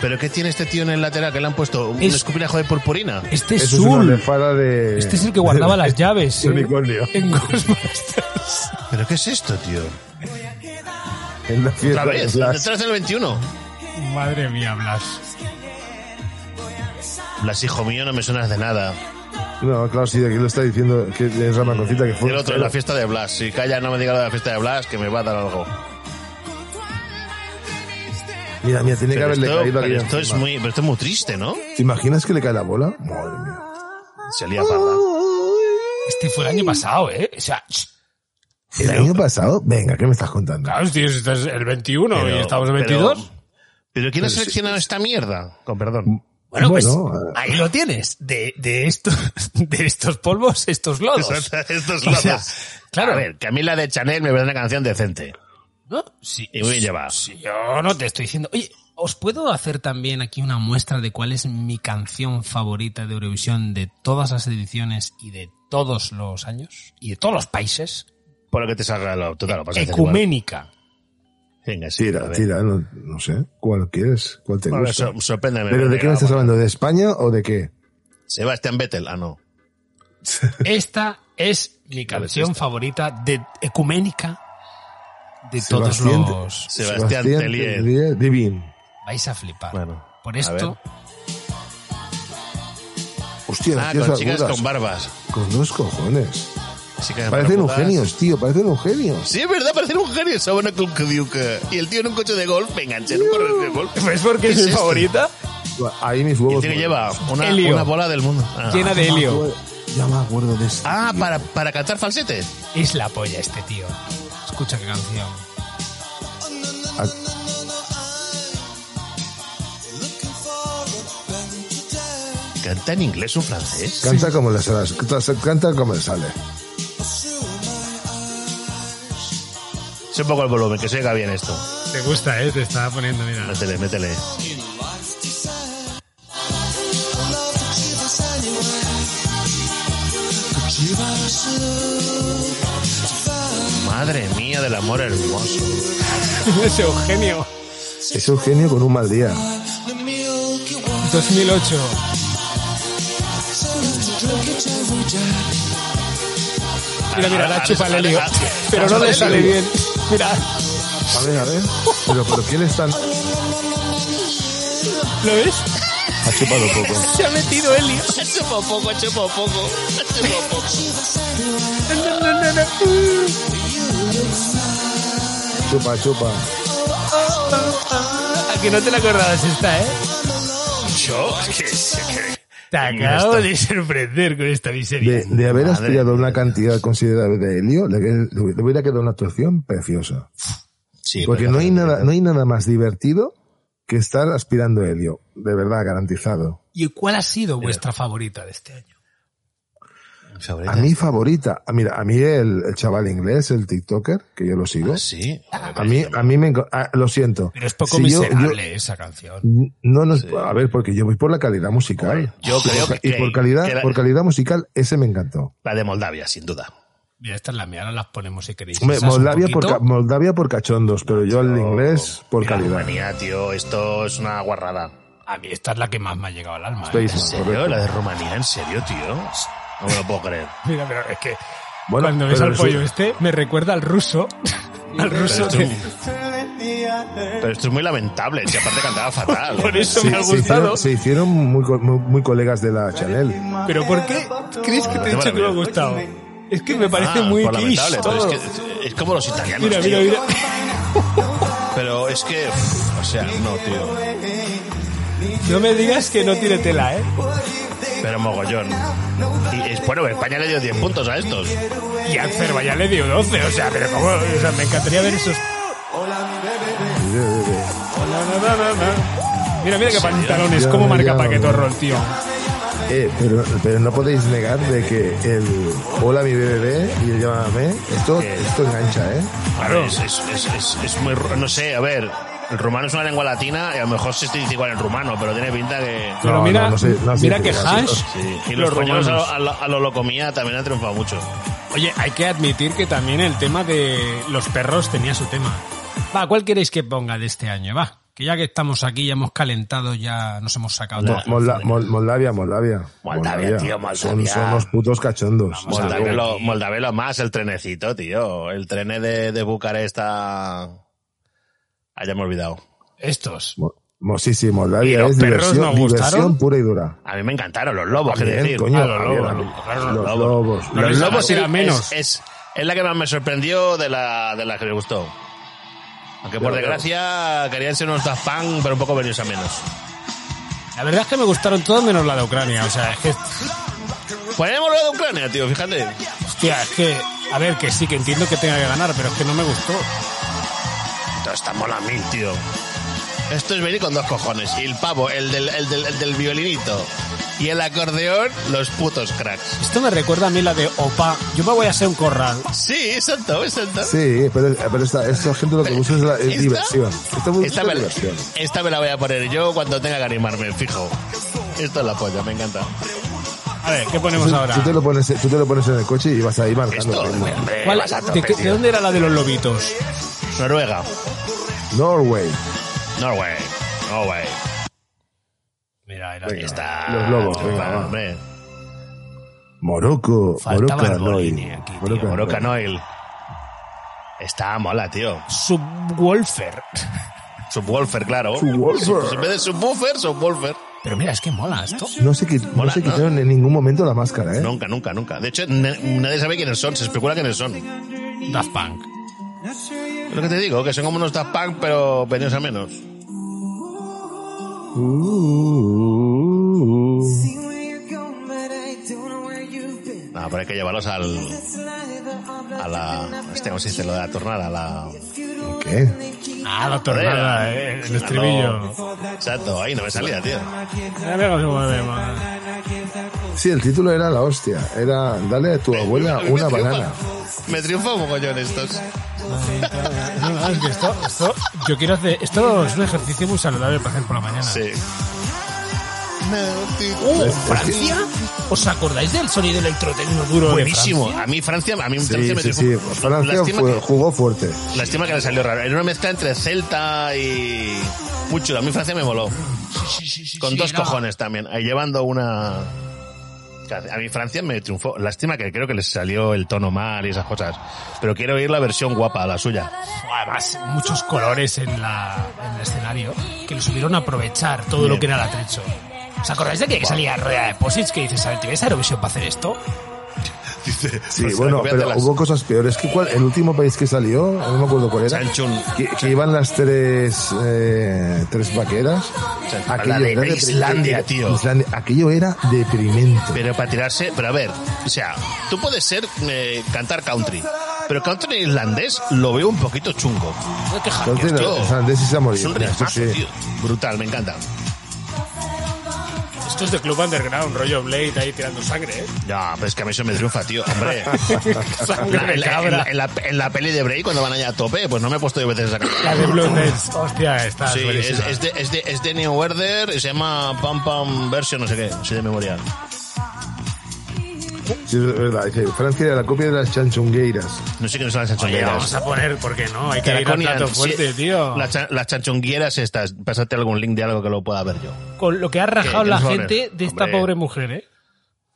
¿Pero qué tiene este tío en el lateral que le han puesto? ¿Un Es- escupinajo de purpurina? Este es Eso es una Zul. blefada de... Este es el que guardaba las llaves. *laughs* de unicornio. En Ghostbusters. ¿Pero qué es esto, tío? *laughs* En la fiesta Otra vez, de Blas. detrás del 21. Madre mía, Blas. Blas, hijo mío, no me suenas de nada. No, claro, sí, de aquí lo está diciendo que es Ramanocita que Y fue... el otro, la fiesta de Blas. Si calla, no me diga lo de la fiesta de Blas, que me va a dar algo. Mira, mira, tiene que Pero haberle esto, caído aquí pero esto es encima. muy, pero esto es muy triste, ¿no? ¿Te imaginas que le cae la bola? Madre mía. Se lía parda. Este fue el año pasado, ¿eh? O sea, ch- ¿El año pasado? Venga, ¿qué me estás contando? claro, tío, este es el 21 Pero- y estamos en pero- 22. ¿Pero quién ha seleccionado esta mierda? Con perdón. *laughs* Bueno, pues eh. Bueno, ahí lo tienes. De, de, estos, *laughs* de estos polvos, estos *laughs* lodos. *laughs* Estos O sea, locos. claro. A ver, que a mí la de Chanel me parece una canción decente. ¿No? Sí, Y muy bien llevada. sí, yo no te estoy diciendo. Oye, ¿os puedo hacer también aquí una muestra de cuál es mi canción favorita de Eurovisión de todas las ediciones y de todos los años? Y de todos los países. Por lo que te salga lo total, lo pasas Pues igual. Ecuménica. Venga, sí, a Tira, ver. tira, no, no sé. ¿Cuál quieres? ¿Cuál te A ver, gusta? so- sorpréndeme. ¿Pero de venga, qué me estás vamos. hablando? ¿De España o de qué? Sebastián Vettel. Ah, no. Esta es mi ¿Cuál es canción Pues esta? favorita de Ecuménica de todos Sebastián- los. Sebastián, Tellier. Tellier Divin. Vais a flipar. Bueno, Por a esto, Hostia, las Ah, tías con chicas barbudas. con barbas. Con dos cojones. Chicas Parecen barbudas. eugenios, tío, parecen eugenios. Sí, es verdad, parecen un genio. Saben a Club Duke. Y el tío en un coche de golf, me enganché en un corredor de golf. ¿ves Pues por qué es mi esto? favorita? Ahí mis Y el huevos. tío que molan. lleva una, Helio. una bola del mundo. Ah. Llena de helio. Ya me acuerdo de esto. Ah, para, para cantar falsete. Es la polla este tío. Escucha qué canción. ¿Canta en inglés un francés? Canta como le sale. Canta como le sale. Sé un poco el volumen, que se oiga bien esto. Te gusta, ¿eh? Te estaba poniendo, mira. Métele, métele. Madre mía del amor hermoso. es Eugenio. Es Eugenio con un mal día. Ah, 2008. Mira, mira, Ah, la chupa el helio. Pero no le sale bien. Mira, A ver, a ver. Pero ¿por qué le están...? Ha ¿lo ves? chupado poco. Se ha metido helio. Chupa poco, chupa poco. Chupa poco. No, no, no, no. Chupa, chupa. A que no te la acordabas esta, ¿eh? Yo, que, que- Te acabo de sorprender con esta miseria. De, de haber Madre aspirado una cantidad considerable de helio, le, le hubiera quedado una actuación preciosa. Sí, Porque pero- no hay nada, no hay nada más divertido que estar aspirando helio. De verdad, garantizado. ¿Y cuál ha sido vuestra favorita de este año? A mi favorita, ah, mira, a mí el, el chaval inglés, el TikToker, que yo lo sigo, Ah, Pues Sí. a mí, a mí me, enco- ah, lo siento. Pero es poco Si yo- miserable esa canción. yo- no, no, a ver, porque yo voy por la calidad musical. Yo creo que- y por calidad, que la- por calidad musical, ese me encantó. La de Moldavia, sin duda. Mira, esta es la mía, ahora las ponemos si queréis. Hombre, Esas un Moldavia por, poquito. ca- Moldavia por cachondos, pero yo el inglés por Mira, calidad. Rumanía, tío, esto es una guarrada. A mí esta es la que más me ha llegado al alma. ¿eh? Spaceman, ¿En serio? correcto. ¿La de Rumanía? ¿En serio, tío? No me lo puedo creer. *laughs* Mira, pero es que Bueno, Cuando ves pero al es- pollo este, me recuerda al *laughs* ruso. al ruso. esto- que- Pero esto es muy lamentable, si aparte cantaba fatal. por eso Sí, me ha se gustado. hicieron, Ah, se hicieron muy, co- muy, muy colegas de la Chanel. Pero ¿por qué crees que te he dicho que me ha gustado? Es que me parece Ah, muy por quiche lamentable, pero todo. es, que es como los italianos. Mira, tío. mira, mira. Pero es que, uf, o sea, no, tío. No me digas que no tiene tela, ¿eh? Pero mogollón. Y es, bueno, España le dio 10 puntos a estos. Y a Azerbaiyán le dio 12, o sea, pero como... O sea, me encantaría ver esos... Eh, Mira, mira qué pantalones, Ya, cómo marca ya. Paquetorro el tío. Eh, pero, pero no podéis negar de que el hola mi bebé y el llámame, esto, esto engancha, ¿eh? A ver, es, es, es, es- es muy. ru- No sé, a ver. El rumano es una lengua latina y a lo mejor se dice igual en rumano, pero tiene pinta que. Pero no, mira, no sé, no sé mira qué que hacer. Hash... Sí. Y los, españoles a, lo- a, lo- a lo locomía también han triunfado mucho. Oye, hay que admitir que también el tema de los perros tenía su tema. Va, ¿cuál queréis que ponga de este año? Va, que ya que estamos aquí, ya hemos calentado, ya nos hemos sacado todo. Mo- Molda- Mol- Moldavia, Moldavia. Moldavia, tío, Moldavia. Son, son unos putos cachondos. Moldavelo, Moldavelo más el trenecito, tío. El tren de, de Bucarest a. Allá me he olvidado. Estos. Mo- mo- sí, sí, ¿Y Moldavia los es perros diversión, no gustaron? diversión pura y dura. A mí me encantaron los lobos, quiero Bien, decir. coño, Ah, los a mí, lobos. a mí. claro, Los los lobos. Los Los lobos lobos era era menos. Es, es, es la que más me sorprendió de la, de la que me gustó. Aunque por Yo, yo. desgracia querían ser unos Daft Punk, pero un poco venidos a menos. La verdad es que me gustaron todos menos la de Ucrania. O sea, es que, Ponemos lo Pues de Ucrania, tío, fíjate. hostia, es que, a ver, que sí, que entiendo que tenga que ganar, pero es que no me gustó. Esto está mola a mil, tío. Esto es venir con dos cojones. Y el pavo, el del, el del, el del violinito y el acordeón, los putos cracks. Esto me recuerda a mí la de Opa, yo me voy a hacer un corral. Sí, exacto, exacto. Sí, pero, pero esta, esta gente lo que busca es, la, es ¿Esta? diversión. Esta busca Esta me, la- diversión. esta me la voy a poner yo cuando tenga que animarme, fijo. Esto es la polla, me encanta. A ver, Eh, ¿qué ponemos Tú- ahora? Tú, te lo pones, tú te lo pones en el coche y vas ahí marcando. Esto, el ritmo. hombre, ¿Cuál- Eh, vas a de, tope, qué- de tío. dónde era la de los lobitos? Noruega, Norway. Norway, Norway. Mira, era Venga, Está. Los lobos, venga, Ah, va. hombre. Morocco. Faltaba Morocco, el Hanoi. Bolini aquí, tío. Morocco, eh, Morocco Hanoi. Noil. Está mola, tío. Subwolfer. Subwoofer, claro. Subwoofer. En vez de subwoofer, subwoofer. Pero mira, es que mola esto. No se, quit- no Mola, se ¿no? quitaron en ningún momento la máscara, ¿eh? Nunca, nunca, nunca. De hecho, ne- nadie sabe quiénes son, se especula quiénes son. Daft Punk. Es Lo que te digo, que son como unos Daft Punk, pero venidos a menos. Uh, uh, uh. No, pero hay que llevarlos al. A la. Este, ¿cómo se dice? Lo de la tornada, a la. ¿Qué? Ah, la tornada, eh, el estribillo. Exacto, ahí no me salía, tío. Sí, el título era la hostia. Era dale a *laughs* tu abuela A mí me una triunfa- banana. Me triunfa un mogollón estos. No, no, Ah, es que esto, esto, yo quiero hacer, esto es un ejercicio muy saludable para hacer por la mañana. Sí. Uh, Es- es Francia, ¿os acordáis del sonido electrotécnico duro? de Buenísimo. A mí Francia, a mí Sí, Francia me sí, sí. triunfa. Francia lástima, fue- jugó fuerte. que, lástima que le salió raro. Era una mezcla entre Celta y Pucho. A mí Francia me moló. Con dos cojones también. Ahí llevando una. A mí Francia me triunfó. Lástima que creo que les salió el tono mal y esas cosas. Pero quiero oír la versión guapa, la suya. Francia? Además, muchos colores en, la, en el escenario que lo supieron aprovechar todo lo que era el atrecho. ¿Os acordáis de que salía Rueda de Posits que dices, a ver, ¿te ves a Eurovisión para hacer esto? Dice, Sí, *laughs* o sea, bueno, cópiate pero las- hubo cosas peores. que cuál? El último país que salió, no me acuerdo cuál era. Sanchun. Que, que iban las tres, eh, tres vaqueras. la de deprimente. Islandia, tío. Islandia. Aquello era deprimente. Pero para tirarse, pero a ver, o sea, tú puedes ser eh, cantar country, pero country irlandés lo veo un poquito chungo. No te quejas, Entonces, tío. los islandeses se han Es morido. un Mira, esto ritmazo, sí. tío. Brutal, me encanta. Esto es de Club Underground, rollo Blade ahí tirando sangre, ¿eh? No, pero es que a mí eso me triunfa, tío, hombre. *laughs* Sangre En la- de en, la, en cabra. la- en la- en la peli de Bray, cuando van allá a tope, pues no me he puesto yo veces esa canción. La de Blue Nets. Hostia, está Sí, es, buenísima. es de, es, de, es de New Order, y se llama Pam Pam Version, no sé qué, soy de memoria. Sí, es verdad. dice, Francia era la copia de las chanchongueiras. No sé qué nos han hecho Oye, vamos a poner, ¿por qué no? Hay que ir a Draconian, plato sí. fuerte, tío. Las, cha- las chanchongueras estas, pásate algún link de algo que lo pueda ver yo. Con lo que ha rajado ¿Qué? la ¿Qué nos va a gente poner? de esta Hombre. pobre mujer, ¿eh?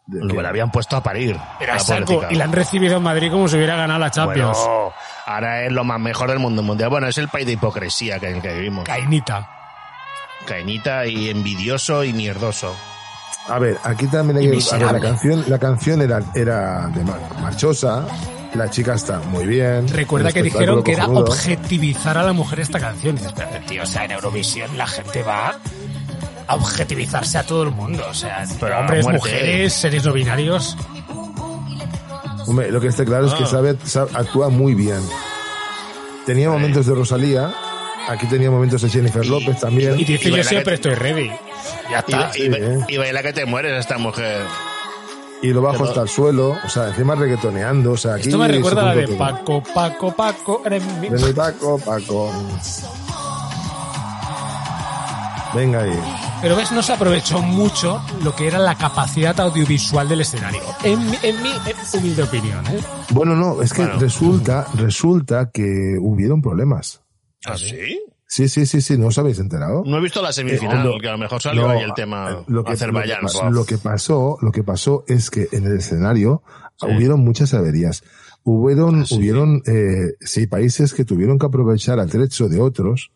¿De Lo qué? que le habían puesto a parir. Pero a la saco, pobrecita. y la han recibido en Madrid como si hubiera ganado la Champions. Bueno, ahora es lo más mejor del mundo mundial. Bueno, es el país de hipocresía que, en el que vivimos. Cainita. Caenita y envidioso y mierdoso. A ver, aquí también hay que... a ver, la Miserable. canción, la canción era, era de mar- marchosa, la chica está muy bien. Recuerda un que espectáculo dijeron que era cojonudo. objetivizar a la mujer esta canción. Y dices, pero tío, o sea, en Eurovisión la gente va a objetivizarse a todo el mundo. O sea, Pero a hombres, muerte. mujeres, seres no binarios. Hombre, lo que está claro es Ah. que sabe, sa- actúa muy bien. Tenía momentos de Rosalía, aquí tenía momentos de Jennifer López también. Y dice, Y yo baila siempre que- estoy ready. Ya Y, está. y- sí, eh. y baila que te mueres esta mujer. y lo bajo hasta el suelo, o sea, encima reggaetoneando, o sea, aquí Esto me se recuerda a la de junta todo. Paco, Paco, Paco. eres mi- Ven ahí, Paco, Paco. Venga ahí. Pero ves, no se aprovechó mucho lo que era la capacidad audiovisual del escenario. En mi, en mi en humilde opinión, ¿eh? Bueno, no, es que resulta, resulta que hubieron problemas. ¿Ah, sí? Sí, sí, sí, sí, ¿no os habéis enterado? No he visto la semifinal, Eh, no. que a lo mejor salió No, ahí el tema eh, lo que, Azerbaiyán. Lo que, Buah. pas- lo que pasó, lo que pasó es que en el escenario hubieron muchas averías. Hubieron, Ah, hubieron, eh, sí, países que tuvieron que aprovechar al trecho de otros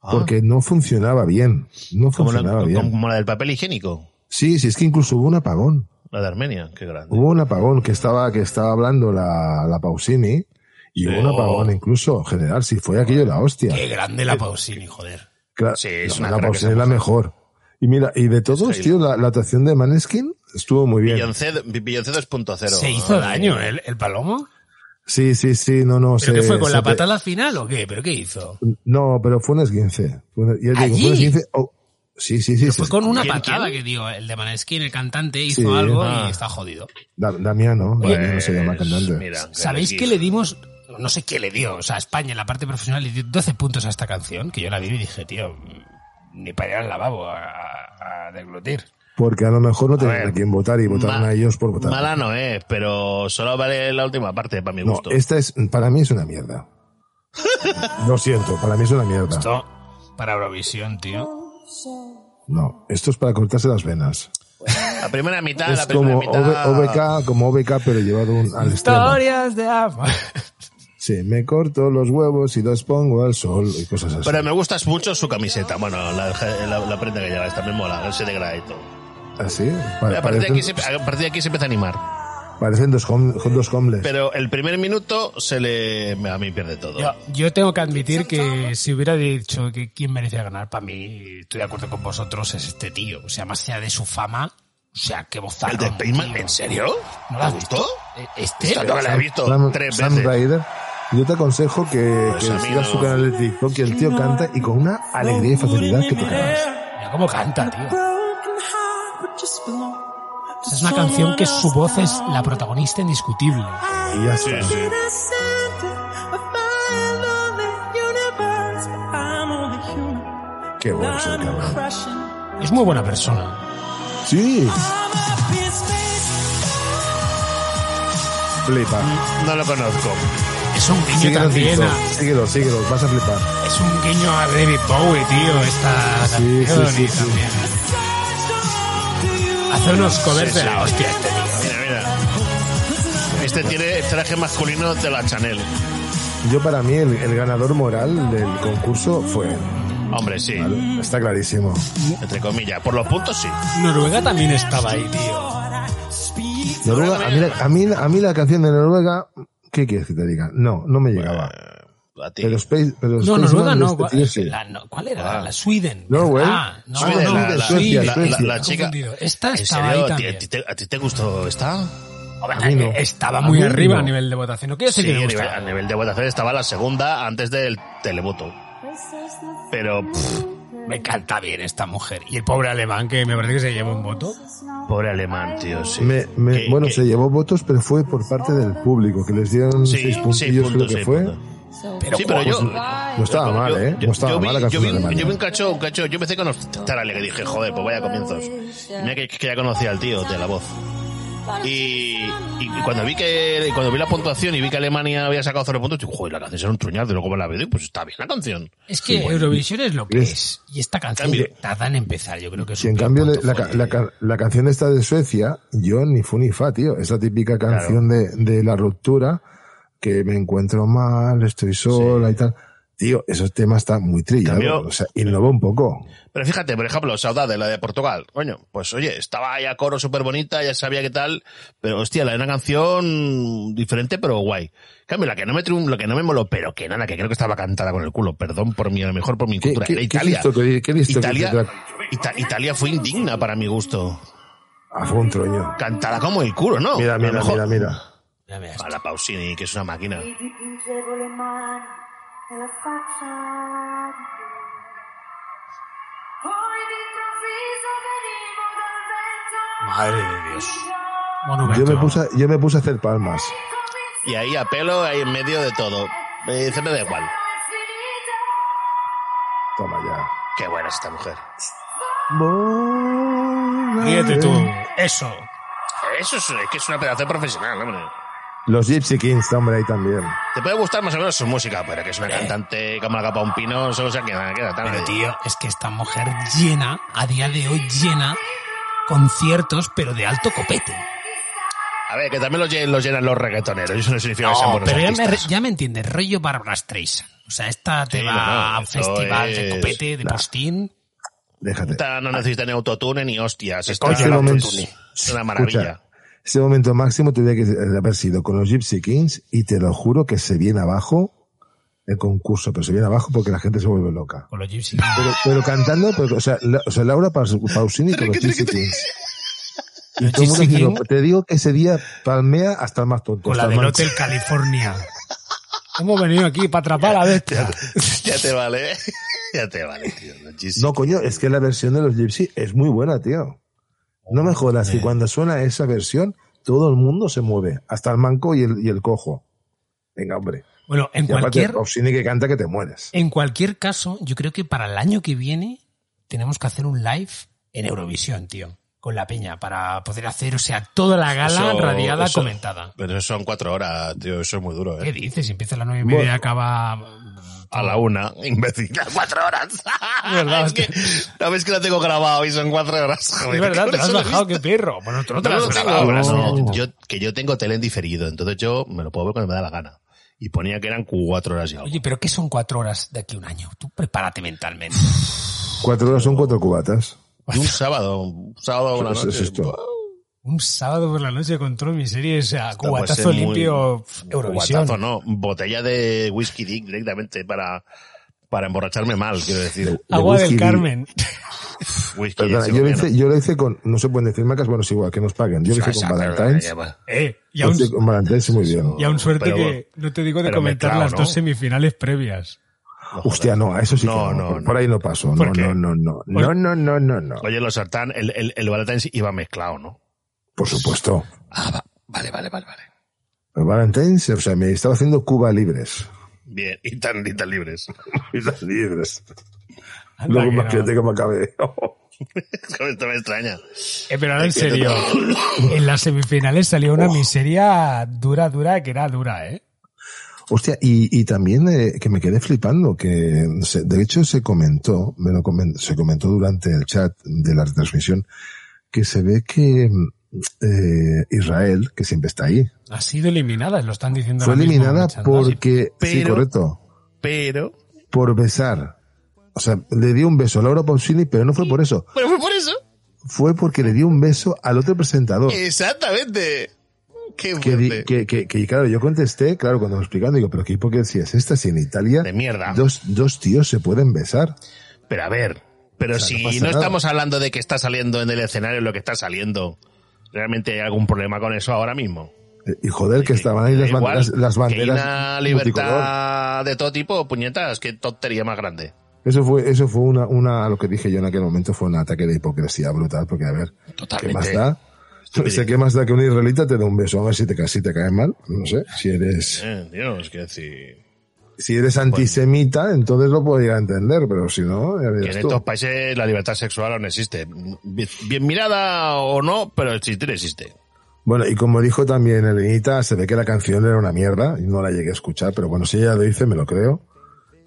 Ah. porque no funcionaba bien. No como, la, funcionaba bien. como la del papel higiénico, Sí, sí, es que incluso hubo un apagón. la de Armenia, qué grande. Hubo un apagón que estaba, que estaba hablando la, la Pausini. Y Sí. hubo un apagón incluso general, si fue aquello la hostia. Qué grande la Pausini, joder. Claro, Sí, no, es una la crack Pausini es esa la mejor. Y mira, y de todos, tío, la, la actuación de Maneskin estuvo muy bien. Beyoncé, Beyoncé 2.0. Se hizo Ah, daño ¿eh? el, el palomo. Sí, sí, sí, no, no. se- ¿Pero qué fue? ¿Con se la pe- patada al final o qué? ¿Pero qué hizo? No, pero fue un esguince. Fue un- ya te digo, fue un ¿Allí? esguince. oh, sí, sí, sí. sí. Fue Pues con una ¿Quién, patada quién? que dio el de Maneskin, el cantante, hizo Sí. algo Ah. y está jodido. Da- Damiano, pues, Damiano se llama cantante. mira, ¿Sabéis aquí- que le dimos? No sé qué le dio. O sea, España en la parte profesional le dio 12 puntos a esta canción, que yo la vi y dije, tío, ni para ir al lavabo a, a- a deglutir. Porque a lo mejor no tenían ver, a quién votar y votaron Ma- a ellos por votar. Mala no es, pero solo vale la última parte, para mi no, gusto. esta es, para mí es una *laughs* mierda. Lo siento, para mí es una mierda. Esto para Eurovisión, tío. No, esto es para cortarse las venas. La primera mitad, Es Ah, la primera como mitad. OV- OVK, como OVK, pero llevado un- al extremo. de amor. Sí, me corto los huevos y los pongo al sol y cosas así. Pero me gusta mucho su camiseta. Bueno, la, la, la prenda que lleva, esta me mola, ese de grada y todo. así. pa- A partir, de ¿Ah, parecen, aquí se, a partir de aquí se empieza a animar. parecen dos, hom- dos homeless. Pero el primer minuto se le. A mí pierde todo. Yo, yo tengo que admitir que si hubiera dicho que quién merecía ganar, para mí, estoy de acuerdo con vosotros, es este tío. O sea, más sea de su fama, o sea, qué ¿El bozarrón. de Spaceman? tío. ¿En serio? ¿No ¿No lo te has gustó? visto? Eh, Este, Esta no la he visto Sam- tres Sam veces. Ryder. Yo te aconsejo que, Pues que a mí sigas no. su canal de TikTok y el tío canta y con una Ah, alegría y facilidad que te cagas. mira cómo canta, tío. O sea, Es una canción que su voz es la protagonista indiscutible. Y ya está. Qué bueno es el cabrón. Es muy buena persona. Sí, flipa. No lo conozco. Es un guiño Síguelo en también TikTok. a- Síguelo, síguelo. Vas a flipar. Es un guiño a David Bowie, tío, esta Sí, sí, canción sí, y sí. también. Hace unos covers de la hostia este tío. Mira, mira. Este tiene traje masculino de la Chanel. Yo para mí el, el ganador moral del concurso fue... él, Hombre, sí. ¿vale? Está clarísimo. Entre comillas. Por los puntos, sí. Noruega también estaba ahí, tío. Noruega, a mí, la- a, mí, a mí la canción de Noruega... ¿Qué quieres que te diga? No, no me llegaba. Eh, A ti. Pero Space... Pero No, Space Noruega Man no. este ¿cuál- tío sí. la- no, ¿Cuál Ah. era? La Sweden. Norway. Ah, no, Sweden, no, la- no, la- Sweden. la- la- Me he la chica- confundido. Esta ¿En estaba serio? ¿A ahí ti- también. a ti te- ¿A ti te gustó esta? A mí no. Estaba A muy mí arriba no. a nivel de votación. No quiero Sí, decir que a me nivel, gustaba. a nivel de votación estaba la segunda antes del televoto. Pero, pff, Me encanta bien esta mujer. Y el pobre alemán que me parece que se lleva un voto. pobre alemán, tío, sí. Me- me- Que- bueno, que- se llevó votos, pero fue por parte del público, que les dieron sí, seis seis puntillos, creo puntos, que seis fue. puntos. Pero, Sí, pero yo... No pues, estaba mal, yo- ¿eh? yo- no estaba yo vi- mal la yo canción vi, de Alemania. yo vi un cacho, un cacho. Yo empecé con Australia, que dije, joder, pues vaya comienzos. Y Mira que, que ya conocía al tío de la voz. Y, y cuando vi que cuando vi la puntuación y vi que Alemania había sacado 0 puntos, dije, joder, la canción era un truñazo, y luego me la veo y pues está bien la canción. Es que Eurovisión es lo que es. Y esta canción Cambio. tarda en empezar, yo creo que es Si en un cambio punto la, la- fuerte. la ca- la canción esta de Suecia, yo ni fu ni fa, tío. Es la típica canción de, de la ruptura, que me encuentro mal, estoy sola y tal. Tío, esos temas están muy Cambio- trillados. O sea, innova un poco. Pero fíjate, por ejemplo, Saudade, la de Portugal, coño, pues oye, estaba ya coro súper bonita, ya sabía qué tal, pero hostia, la de una canción diferente, pero guay. En Cambio, la que no me triun- la que no me moló, pero que nada, que creo que estaba cantada con el culo, perdón por mi, a lo mejor por mi ¿Qué- cultura, qué- era qué Italia. listo que- qué listo que Italia, te tra- Ita- Italia fue indigna para mi gusto. Ah, fue un troño. Cantada como el culo, ¿no? Mira, A lo mira, mejor- mira, mira. Mira, mira esto. A la Pausini, que es una máquina. dipingevo le mani e la faccia di Dio. Poi d'improvviso venivo dal vento. Madre de Dios. Yo Monumento. me puse, yo me puse a hacer palmas. Y ahí a pelo, ahí en medio de todo. Me dice, me da igual. Toma ya. Qué buena es esta mujer. Ríete tú. Eso. Eso es, es que es una pedazo profesional, hombre. Los Gypsy Kings, hombre, ahí también. Te puede gustar más o menos su música, pero que es una cantante como la capa de un pino, solo se queda, queda tarde. Pero tío, es que esta mujer llena, a día de hoy llena, conciertos, pero de alto copete. A ver, que también los, lle- los llenan los reggaetoneros. Eso no significa que sean buenos Oh, pero ya me, artistas. ya me entiendes, rollo Barbara Streisand. O sea, esta te Sí, va no, no, a esto festival de es- copete, de postín. Déjate. Esta Ah. no necesita ni autotune ni hostias. Esta Este es momento- una maravilla. *laughs* Escucha, ese momento máximo tendría que haber sido con los Gypsy Kings y te lo juro que se viene abajo el concurso, pero se viene abajo porque la gente se vuelve loca. Con los Gypsy. Pero, pero cantando, pero, o, sea, la- o sea, Laura Paus- Pausini con los Gypsy Kings. Y Los todo el mundo Gypsy haciendo- King te digo que ese día palmea hasta el más tonto. con la hasta el del más- Hotel California. *laughs* Hemos venido aquí para atrapar a la bestia. Ya te vale, *laughs* ¿eh? ya te vale, tío. Los Yeezy. No, coño, es que la versión de los Gypsy es muy buena, tío. No me jodas, Eh. que cuando suena esa versión, todo el mundo se mueve, hasta el manco y el, y el cojo. Venga, hombre. Bueno, en Y aparte, oh. cualquier, Pausini que canta que te mueres. en cualquier caso, yo creo que para el año que viene tenemos que hacer un live en Eurovisión, tío. Con la peña, para poder hacer, o sea, toda la gala Eso- radiada eso- comentada. Pero eso son cuatro horas, tío. Eso es muy duro, ¿Qué ¿eh? dices? Empieza a las nueve y media Bueno. y acaba... A la una, imbécil. *laughs* A cuatro horas. verdad, *laughs* es que, ¿No ves que lo tengo grabado y son cuatro horas? Joder, Es *laughs* verdad, con te lo has eso lo he bajado, visto. qué perro. Bueno, tú no te No, lo has no, tengo bajado, horas, ¿no? no. Yo, que yo tengo tele en diferido, entonces yo me lo puedo ver cuando me da la gana. Y ponía que eran cuatro horas y algo. Oye, pero ¿qué son cuatro horas de aquí a un año? Tú prepárate mentalmente. Cuatro horas son cuatro cubatas. Y un sábado, un sábado una Eso noche. es esto. Un sábado por la noche con todo mi serie, o sea, Esto puede ser cubatazo pues, muy- limpio, pf, Eurovisión. Guatazo, no. Botella de whisky dick directamente para, para emborracharme mal, quiero decir. Agua del Whisky. Carmen. Whisky Perdona, yo, lo hice, yo lo hice con, no se pueden decir marcas, bueno, es igual, que nos paguen. Yo lo hice con Valentine's. Eh, y Yo aún, hice con Valentine's muy bien. y aún suerte Pero- que no te digo de pero comentar mezclado, las ¿no? dos semifinales previas. Hostia, no, a eso sí que No, no, no, por- no. Por ahí no paso. ¿Por No, qué? no, no, no. No, no, no, no, no. Oye, los sartán, el, el, el Valentine's iba mezclado, ¿no? Por supuesto. pues, Ah, va- vale, vale, vale, vale. El Valentine's, o sea, me estaba haciendo Cuba *laughs* libres. Bien, y tan, y tan libres. *laughs* Vidas libres. Anda Luego que más que no. me acabé. Esto me extraña. Eh, pero ahora en serio, en las semifinales salió una miseria dura, dura, que era dura, ¿eh? Hostia, y, y también eh, que me quedé flipando, que se- de hecho se comentó, me lo comen- se comentó durante el chat de la transmisión, que se ve que mm, eh, Israel, que siempre está ahí, Ha sido eliminada, lo están diciendo. fue ahora mismo en eliminada el chat, ¿no? Sí. porque, sí, Pero- correcto, Pero. por besar. O sea, le dio un beso a Laura Pausini, pero no fue por eso. Pero fue por eso. Fue porque le dio un beso al otro presentador. Eh, Exactamente. Qué Que, di- fuerte. que, que, que, claro, yo contesté, claro, cuando me explicaron, digo, pero qué hipocresía es esta si en Italia De mierda. dos, dos tíos se pueden besar. Pero a ver, pero O sea, si no no, pasa nada. estamos hablando de que está saliendo en el escenario lo que está saliendo, ¿realmente hay algún problema con eso ahora mismo? Eh, Y joder, que estaban ahí Da las igual, banderas, las que banderas hay una multicolor. libertad de todo tipo, puñetas, qué tontería más grande. Eso fue, eso fue una, una, lo que dije yo en aquel momento fue un ataque de hipocresía brutal, porque a ver, ¿qué más Totalmente. da? O sea, ¿qué más da que un israelita te dé un beso? A ver si te, ca- si te caes mal, no sé, si eres, Eh, Dios, que decir. si eres antisemita, entonces lo podría entender, pero si no, ya que en verás tú. estos países la libertad sexual aún existe. Bien bien mirada o no, pero existe, existe. Bueno, y como dijo también Elenita, se ve que la canción era una mierda y no la llegué a escuchar, pero bueno, si ella lo dice, me lo creo.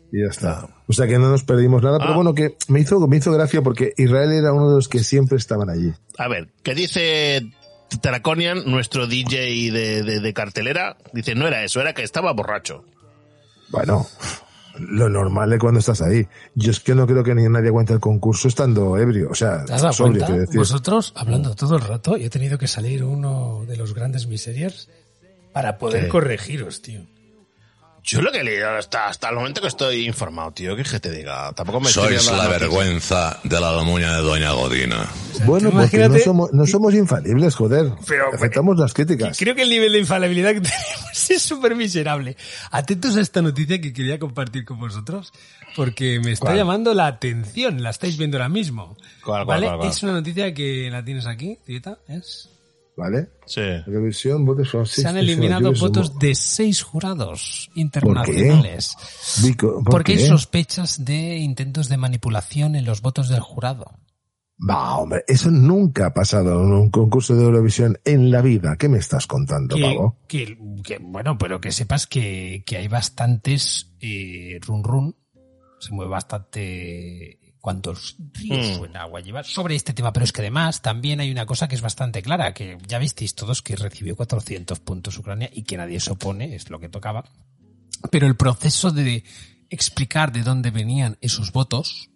Y ya está. O sea que no nos perdimos nada, Ah. pero bueno, que me hizo, me hizo gracia porque Israel era uno de los que siempre estaban allí. A ver, ¿qué dice Taraconian, nuestro DJ de, de- de cartelera? Dice, no era eso, era que estaba borracho. Bueno, lo normal es cuando estás ahí. Yo es que no creo que ni nadie aguante el concurso estando ebrio, o sea, ¿Te has dado sobrio, cuenta? quiero decir. Vosotros hablando todo el rato y he tenido que salir uno de los grandes miserias para poder Sí. corregiros, tío. Yo lo que he leído hasta, hasta el momento que estoy informado, tío, que que te diga. Tampoco me estoy Sois viendo la las noticias. vergüenza de la almuña de Doña Godina. Bueno, Tú porque no imagínate- somos, no somos infalibles, joder. Pero, eh, Aceptamos las críticas. Creo que el nivel de infalibilidad que *laughs* tenemos es súper miserable. Atentos a esta noticia que quería compartir con vosotros, porque me está ¿Cuál? llamando la atención, la estáis viendo ahora mismo. ¿Cuál, cuál, ¿Vale? cuál, cuál? Es una noticia que la tienes aquí, Tieta, ¿es? ¿Vale? Sí. Revisión, votos son Se seis, han seis, eliminado seis, seis, votos seis, de seis jurados internacionales. Vico, ¿por porque hay qué? sospechas de intentos de manipulación en los votos del jurado. Va, hombre, eso nunca ha pasado en un concurso de Eurovisión en la vida. ¿Qué me estás contando, que, pavo? que- que, bueno, pero que sepas que, que hay bastantes eh, run run, se mueve bastante cuantos ríos Hmm. Mm. suena agua llevar sobre este tema, pero es que además también hay una cosa que es bastante clara, que ya visteis todos que recibió 400 puntos Ucrania y que nadie se opone, es lo que tocaba, pero el proceso de explicar de dónde venían esos votos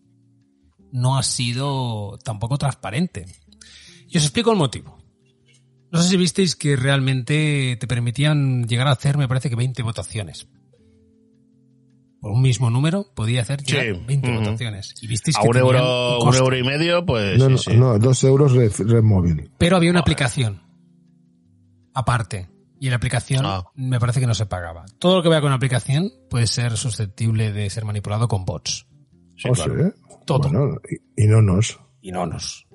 no ha sido tampoco transparente. Y os explico el motivo. No sé si visteis que realmente te permitían llegar a hacer, me parece que 20 votaciones. Por un mismo número podía hacer Sí, llegar 20 ujú. votaciones. Y visteis A que un tenían euro, un un coste. euro y medio, pues No, sí, no, sí. no, dos euros red, red móvil. Pero había una aplicación aparte. Y la aplicación Ah. me parece que no se pagaba. Todo lo que vaya con aplicación puede ser susceptible de ser manipulado con bots. Sí, O claro. sea, ¿eh? Todo. Bueno, y, y no nos. y no nos.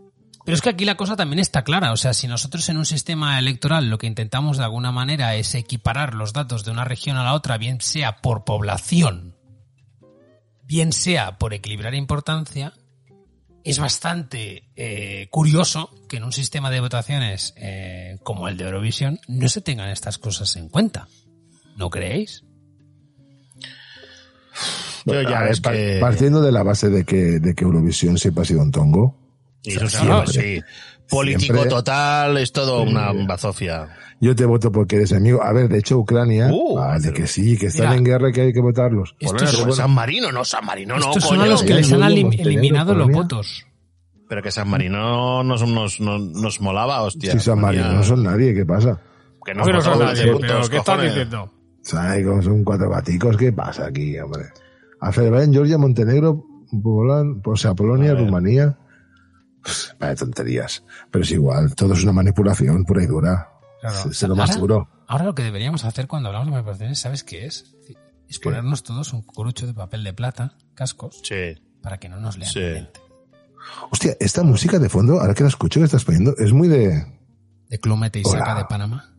Pero es que aquí la cosa también está clara. O sea, si nosotros en un sistema electoral lo que intentamos de alguna manera es equiparar los datos de una región a la otra, bien sea por población, bien sea por equilibrar importancia, es bastante eh, curioso que en un sistema de votaciones eh, como el de Eurovisión no se tengan estas cosas en cuenta. ¿No creéis? Yo ya A ver, es par- que- Partiendo de la base de que, de que Eurovisión siempre ha sido un tongo. Y eso sí, pues Siempre. sí. Político Siempre. total, es todo una bazofia. Yo te voto porque eres amigo. A ver, de hecho, Ucrania, Uh, vale, pero- que sí, que están Mira. en guerra y que hay que votarlos. Estos Poner son- San Marino, no, San Marino, no, Estos son coño. a los que eh, les han Lugo, elim- Montenegro, eliminado los Polonia. votos. Pero que San Marino nos, nos, nos, nos molaba, hostia. Si San Marino no son nadie, ¿qué pasa? Que No, nos que no son mataban de nadie, putos, pero ¿qué estás cojones. diciendo? ¿Sabes? Como son cuatro gaticos, ¿qué pasa aquí, hombre? Azerbaiyán, Georgia, Montenegro, Polan- o sea, Polonia, Rumanía. Pues, Vaya tonterías. Pero es igual, todo es una manipulación pura y dura. Claro. Es- es lo más Ahora- seguro. Ahora lo que deberíamos hacer cuando hablamos de manipulaciones, ¿sabes qué es? Es ponernos todos un cucurucho de papel de plata, cascos, Sí. para que no nos lean. Sí. la mente. Hostia, esta música de fondo, ahora que la escucho que estás poniendo, es muy de... De Clumete y Hola. Saca de Panamá.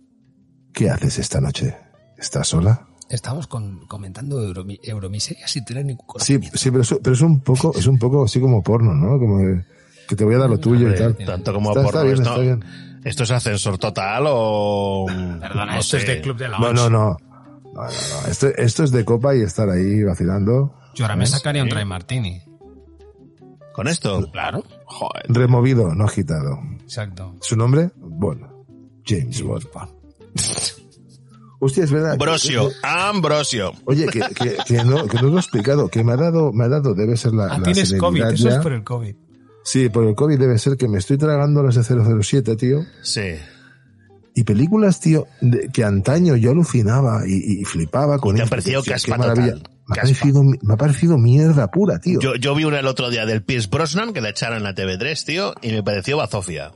¿Qué haces esta noche? ¿Estás sola? Estamos con- comentando Euromi- Euromiseria sin tener ningún Sí, conocimiento. sí, pero es, pero es un poco, es un poco así como porno, ¿no? Como que- que te voy a dar lo tuyo y Hombre, tal. Tanto como Está- por está bien, esto, está bien. ¿Esto es ascensor total o...? Perdona, no esto es sé. del Club de la No, no, no. No, no, no. Esto, esto es de copa y estar ahí vacilando. Yo ahora me ¿Eh? sacaría un Ray Martini. ¿Con esto? Claro. Joder. Removido, no agitado. Exacto. ¿Su nombre? Bueno, James Bond. *laughs* Hostia, es verdad. Ambrosio, Ambrosio. Oye, que, que, que no, que no lo he explicado, que me ha dado, me ha dado, debe ser la. Ah, la tienes senilidad COVID, eso ya. es por el COVID. Sí, por el COVID debe ser que me estoy tragando las de 007, tío. Sí. Y películas, tío, de- que antaño yo alucinaba y, y flipaba con Y te ha esto, parecido tío, caspa qué maravilla. total. Me ha, Caspa. parecido, me ha parecido mierda pura, tío. Yo, yo vi una el otro día del Pierce Brosnan que la echaron en la TV3, tío, y me pareció bazofia.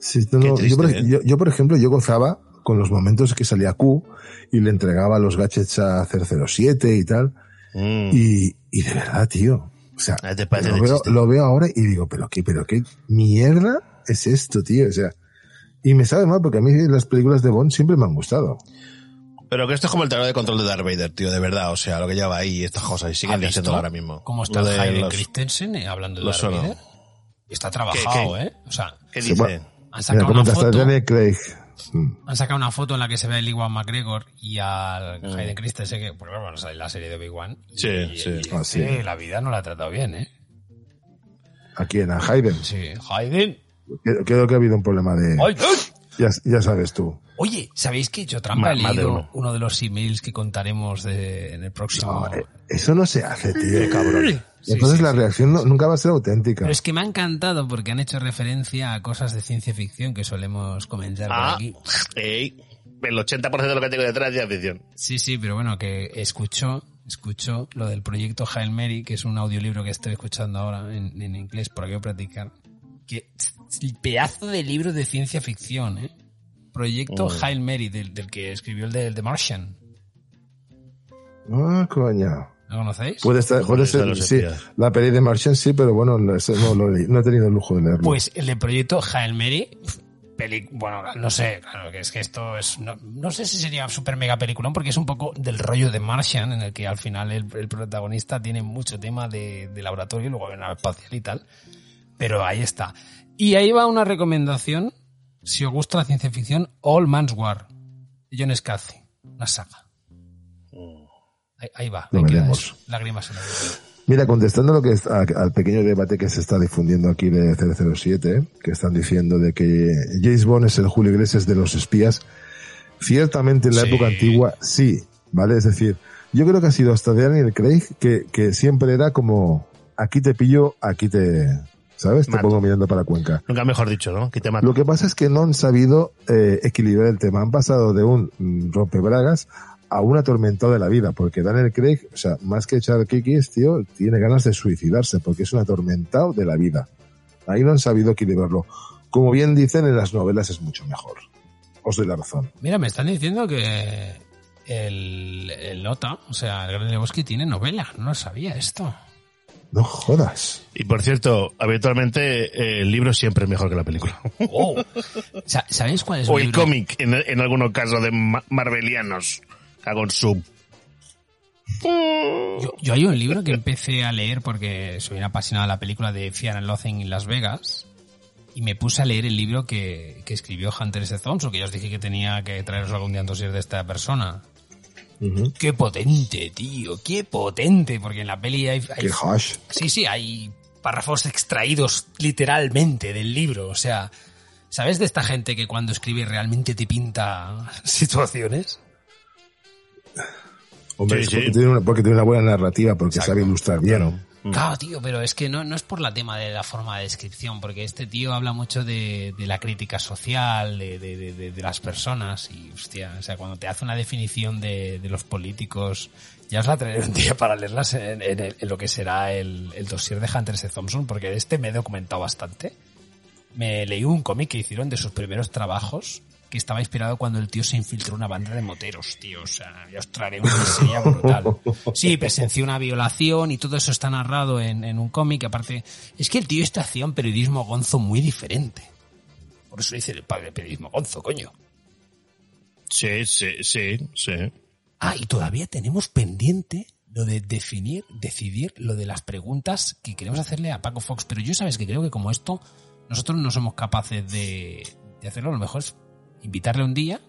Sí, esto Qué no- triste, yo, por, ¿eh? yo- yo, por ejemplo, yo gozaba con los momentos que salía Q y le entregaba los gadgets a 007 y tal. Mm. Y, y de verdad, tío. O sea, Ah, te parece lo de veo, chiste. lo veo ahora y digo, pero qué, pero qué mierda es esto, tío. O sea, y me sabe mal porque a mí las películas de Bond siempre me han gustado. Pero que esto es como el tablero de control de Darth Vader, tío, de verdad. O sea, lo que lleva ahí, estas cosas, y siguen ¿Has visto haciéndolo ahora mismo. ¿Cómo está Lo el de Hayden los- Christensen eh, hablando de lo Darth solo. Vader? Está trabajado, qué? ¿eh? O sea, ¿Qué Sí, dice? bueno, Han Mira, sacado, una comenta foto, hasta de Craig. Mm. han sacado una foto en la que se ve a Lee Wan McGregor y al Hayden Christensen, que por bueno, sale en la serie de Big One. Sí, sí. Así Ah, sí, es. la vida no la ha tratado bien, ¿eh? ¿A quién? A Hayden. Sí, Hayden. Creo- Creo que ha habido un problema de... ¡Ay, ay! Ya, ya sabes tú. Oye, ¿sabéis que yo trampa he Ma- madre leído uno. uno. de los emails que contaremos de, en el próximo? No, eh, eso no se hace, tío. cabrón. Ah. Sí, Entonces sí, la sí. reacción no- nunca va a ser auténtica. Pero es que me ha encantado porque han hecho referencia a cosas de ciencia ficción que solemos comentar por Ah, aquí. ey, el 80% de lo que tengo detrás ya es ficción. Sí, sí, pero bueno, que escuchó, escuchó lo del proyecto Hail Mary, que es un audiolibro que estoy escuchando ahora en, en inglés por aquí practicar. Que el pedazo de libro de ciencia ficción, ¿eh? Proyecto Hail Mary, del, del que escribió el de The Martian. Ah, coño. ¿Lo conocéis? Puede estar, Joder, puede ya ser, lo sí, sabía. la peli de Martian sí, pero bueno, no, ese no, lo leí, no he tenido el lujo de leerlo. Pues el de proyecto Hail Mary, peli- bueno, no sé, claro, que es que esto es, no, no sé si sería super mega peliculón porque es un poco del rollo de Martian en el que al final el, el protagonista tiene mucho tema de, de laboratorio y luego de nave espacial y tal, pero ahí está. Y ahí va una recomendación, si os gusta la ciencia ficción, All Man's War, de John Scalzi, una saga. Ahí, ahí va, Oh. Lo ahí queda veremos. eso, lágrimas en el ojo. Mira, contestando lo que es- a- al pequeño debate que se está difundiendo aquí de 007, ¿eh? que están diciendo de que James Bond es el Julio Iglesias de los espías, ciertamente en la Sí. época antigua sí, ¿vale? Es decir, yo creo que ha sido hasta Daniel Craig que, que siempre era como, aquí te pillo, aquí te, ¿sabes? Te Mato. pongo mirando para Cuenca. Nunca mejor dicho, ¿no? Que te mato. Lo que pasa es que no han sabido eh, equilibrar el tema. Han pasado de un mm, rompebragas a un atormentado de la vida, porque Daniel Craig, o sea, más que echar kikis, tío, tiene ganas de suicidarse, porque es un atormentado de la vida. Ahí no han sabido equilibrarlo. Como bien dicen, en las novelas es mucho mejor. Os doy la razón. Mira, me están diciendo que el, el OTA, o sea, el Gran Lebowski tiene novela. No sabía esto. No jodas. Y por cierto, habitualmente eh, el libro siempre es mejor que la *laughs* película. Sa- ¿Sabéis cuál es Oh. o mi el libro? cómic, en, en algunos casos de ma- marvelianos. Cago en su... Yo, yo hay un libro que empecé a leer porque soy un apasionado de la película de Fear and Loathing en Las Vegas y me puse a leer el libro que, que escribió Hunter S. Thompson, que ya os dije que tenía que traeros algún día entonces de esta persona. Qué potente, tío, qué potente, porque en la peli hay, hay Qué hash. Sí, sí, hay párrafos extraídos literalmente del libro. O sea, ¿sabes de esta gente que cuando escribe realmente te pinta *laughs* situaciones? Hombre, es Sí, sí. Porque, tiene una, porque tiene una buena narrativa, porque sabe ilustrar bien. Claro, tío, pero es que no, no es por la tema de la forma de descripción, porque este tío habla mucho de, de la crítica social, de, de- de- de- de las personas, y hostia, o sea, cuando te hace una definición de, de los políticos, ya os la traeré un día para leerlas en, en el- en lo que será el, el dossier de Hunter S. Thompson, porque de este me he documentado bastante. Me leí un cómic que hicieron de sus primeros trabajos, que estaba inspirado cuando el tío se infiltró en una banda de moteros, tío. O sea, ya os traeré una sería brutal. Sí, presenció una violación y todo eso está narrado en, en un cómic. Aparte, es que el tío este hacía un periodismo gonzo muy diferente. Por eso dice el padre de periodismo gonzo, coño. Sí, sí, sí, sí. Ah, y todavía tenemos pendiente lo de definir, decidir lo de las preguntas que queremos hacerle a Paco Fox. Pero yo sabes que creo que como esto, nosotros no somos capaces de, de hacerlo. A lo mejor es invitarle un día,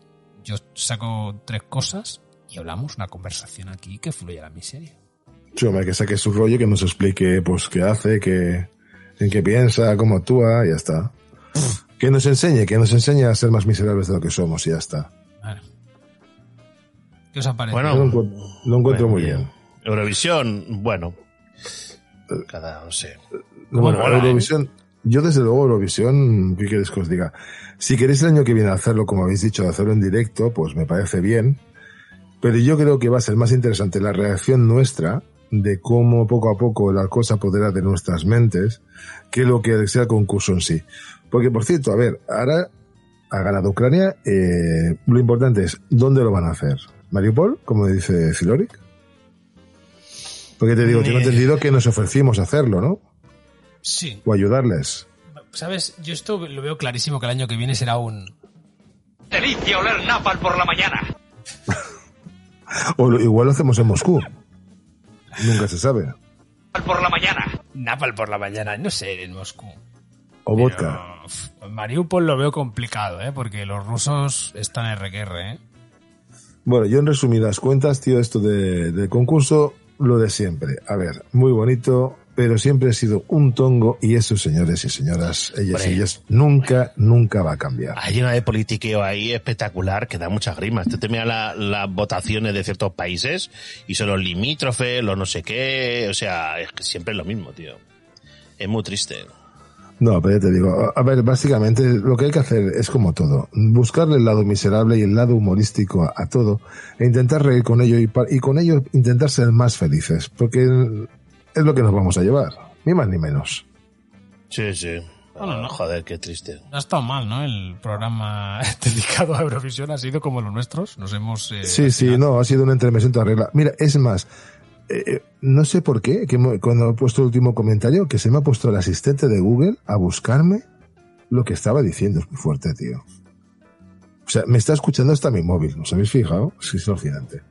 yo saco tres cosas y hablamos una conversación aquí que fluya la miseria. Sí, hombre, que saque su rollo, que nos explique pues qué hace, qué, en qué piensa, cómo actúa, y ya está. Que nos enseñe, que nos enseñe a ser más miserables de lo que somos y ya está. Vale. ¿Qué os ha parecido? Yo lo, encuent- lo encuentro muy bien. Eh. Eurovisión, bueno. Cada, no sé. Bueno, mola, Eurovisión, yo desde luego Eurovisión, ¿qué queréis que os diga? Si queréis el año que viene hacerlo, como habéis dicho, hacerlo en directo, pues me parece bien. Pero yo creo que va a ser más interesante la reacción nuestra de cómo poco a poco el alcohol se apodera de nuestras mentes que lo que sea el concurso en sí. Porque, por cierto, a ver, ahora ha ganado Ucrania, eh, lo importante es dónde lo van a hacer. Mariupol, como dice Filoric. Porque te digo, tengo Eh. entendido que nos ofrecimos a hacerlo, ¿no? Sí, o ayudarles. sabes, yo esto lo veo clarísimo que el año que viene será un... Delicia oler napal por la mañana. O lo- igual lo hacemos en Moscú. Nunca se sabe. Por la mañana. Napal por la mañana, no sé, en Moscú. O vodka. Pero, Mariupol pues, lo veo complicado, ¿eh? Porque los rusos están RQR, ¿eh? Bueno, yo en resumidas cuentas, tío, esto de, del concurso, lo de siempre. A ver, muy bonito, pero siempre ha sido un tongo y eso, señores y señoras, ellas Hombre. y ellos, nunca, nunca va a cambiar. Hay una de politiqueo ahí espectacular que da muchas grimas. Tú te miras la- las votaciones de ciertos países y son los limítrofes, los no sé qué. O sea, es que siempre es lo mismo, tío. Es muy triste. No, pero ya te digo, a- a ver, básicamente lo que hay que hacer es como todo, buscarle el lado miserable y el lado humorístico a, a todo e intentar reír con ello y, pa- y con ello intentar ser más felices, porque es lo que nos vamos a llevar, ni más ni menos. Sí, sí. Bueno, Ah, no. Joder, qué triste. No ha estado mal, ¿no? El programa *laughs* dedicado a Eurovisión ha sido como los nuestros. Nos hemos... eh, Sí, sí, no, ha sido un entremesón de regla. Mira, es más, eh, eh, no sé por qué, que mo- cuando he puesto el último comentario, que se me ha puesto el asistente de Google a buscarme lo que estaba diciendo. Es muy fuerte, tío. O sea, me está escuchando hasta mi móvil, ¿os habéis fijado? Sí, es alucinante.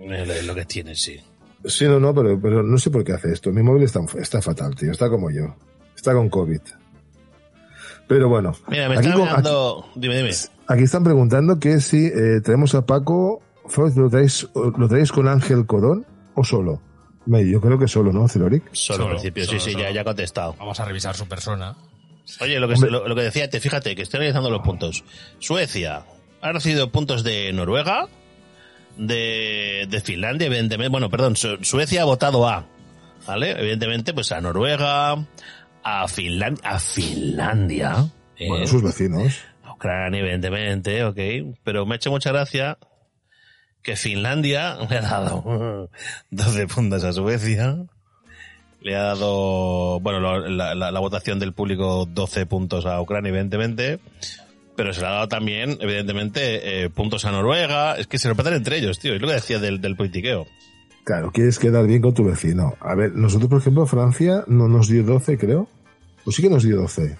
Es lo- es lo que tiene, sí. Sí, no, no, pero, pero no sé por qué hace esto. Mi móvil está, está fatal, tío. Está como yo. Está con COVID. Pero bueno. Mira, me aquí está con- mirando. Dime, dime. Aquí están preguntando que si eh, traemos a Paco, Freud, ¿lo traéis, lo traéis con Ángel Codón o solo? Me- Yo creo que solo, ¿no, Celoric? Solo, al principio, solo, sí, sí, solo. ya, ya he contestado. Vamos a revisar su persona. Oye, lo que, lo, lo que decía, te fíjate que estoy realizando los puntos. Suecia ha recibido puntos de Noruega, de, de Finlandia, evidentemente. Bueno, perdón, Su- Suecia ha votado a, ¿vale? Evidentemente, pues a Noruega, a Finlandia, a Finlandia. ¿eh? Bueno, sus vecinos. Ucrania, evidentemente, ok. Pero me ha hecho mucha gracia que Finlandia *laughs* le ha dado *laughs* 12 puntos a Suecia. Le ha dado, bueno, lo- la, la- la votación del público 12 puntos a Ucrania, evidentemente. Pero se le ha dado también, evidentemente, eh, puntos a Noruega. Es que se lo patan entre ellos, tío. Es lo que decía del, del politiqueo. Claro, quieres quedar bien con tu vecino. A ver, nosotros, por ejemplo, Francia no nos dio 12, creo. Pues sí que nos dio 12.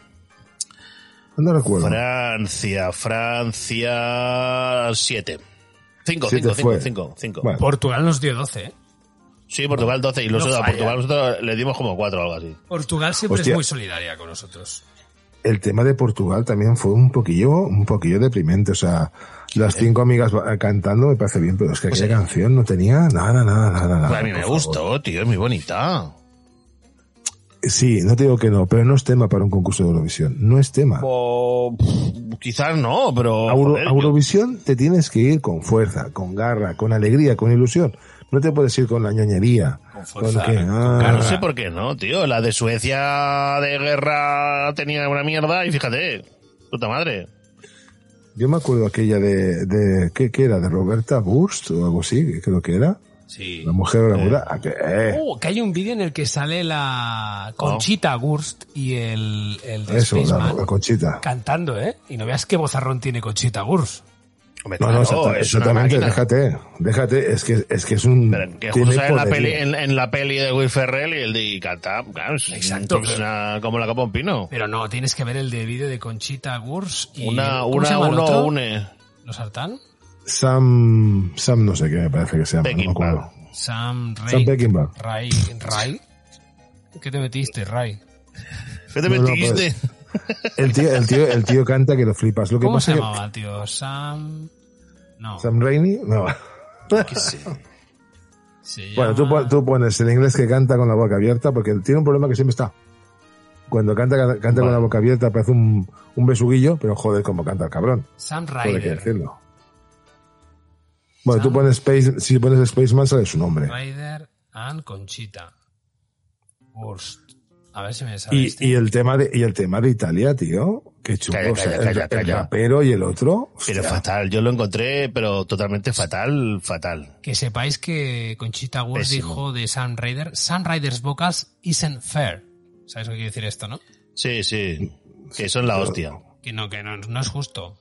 No recuerdo. Francia, Francia, 7. 5, Siete 5, 5, fue. 5, 5. Bueno, Portugal nos dio 12, ¿eh? Sí, Portugal 12 y los No otros- a falla. Portugal nosotros le dimos como 4 o algo así. Portugal siempre Hostia. es muy solidaria con nosotros. el tema de Portugal también fue un poquillo, un poquillo deprimente. O sea, las cinco amigas va- cantando me parece bien, pero es que Pues aquella sí. canción no tenía nada, nada, nada, nada. Pues a mí me por favor. gustó, tío, es muy bonita. Sí, no te digo que no, pero no es tema para un concurso de Eurovisión. No es tema. O, pff, Pues, quizás no, pero. A, Euro- joder, a yo- Eurovisión te tienes que ir con fuerza, con garra, con alegría, con ilusión. No te puedes ir con la ñoñería. Con fuerza, que, ah, no sé por qué no, tío. La de Suecia de guerra tenía una mierda y fíjate, puta madre. Yo me acuerdo aquella de, de ¿qué, qué era? De Roberta Burst o algo así, creo que era. Sí. La mujer orangura. Ah, que, eh, Uh, que hay un vídeo en el que sale la Conchita Gurst y el, el de eso, la, Spaceman la conchita. cantando, ¿eh? Y no veas qué bozarrón tiene Conchita Gurst. Hombre, No, claro, no, exacta- es una exactamente, máquina. déjate, déjate, es que es que es un Pero que justo tiene sale en la, poderío. peli, en, en la peli de Will Ferrell y el de Canta, claro, es Exacto, es una- como la copa de un pino. Pero no, tienes que ver el de vídeo de Conchita Gurst y... Una, ¿cómo se una, llama el uno otro? une. ¿Los Artán? Sam Sam no sé qué me parece que se llama, no me Peckinpah. acuerdo. Sam Ray. Sam Peckinpah. Ray, Ray. ¿Qué te metiste, Ray? ¿Qué te No, no, metiste? El tío, el tío, el tío canta que lo flipas. Lo que ¿Cómo pasa se que llamaba, tío? Sam... No. Sam Raimi, no. ¿Qué sé? Se Bueno, tú, llama- pon- tú pones el inglés que canta con la boca abierta, porque tiene un problema que siempre está. Cuando canta, canta con la boca abierta, parece un, un besuguillo, pero joder, como canta el cabrón. Sam Todo hay que Ryder. decirlo. Bueno, tú Sam- pones Space, si pones Spaceman sale su nombre. Ryder and Conchita. Worst. A ver si me sale. Y, este. y el tema de, y el tema de Italia, tío. Qué chulo. Calla, o sea, calla, el- calla, el, calla. rapero y el otro. Pero hostia. fatal, yo lo encontré, pero totalmente fatal, fatal. Que sepáis que Conchita Wurst Pésimo. dijo de Sam Ryder, Sam Ryder's vocals isn't fair. ¿Sabes lo que quiere decir esto, no? Sí, sí. Que son la hostia. Que no, que no, no es justo.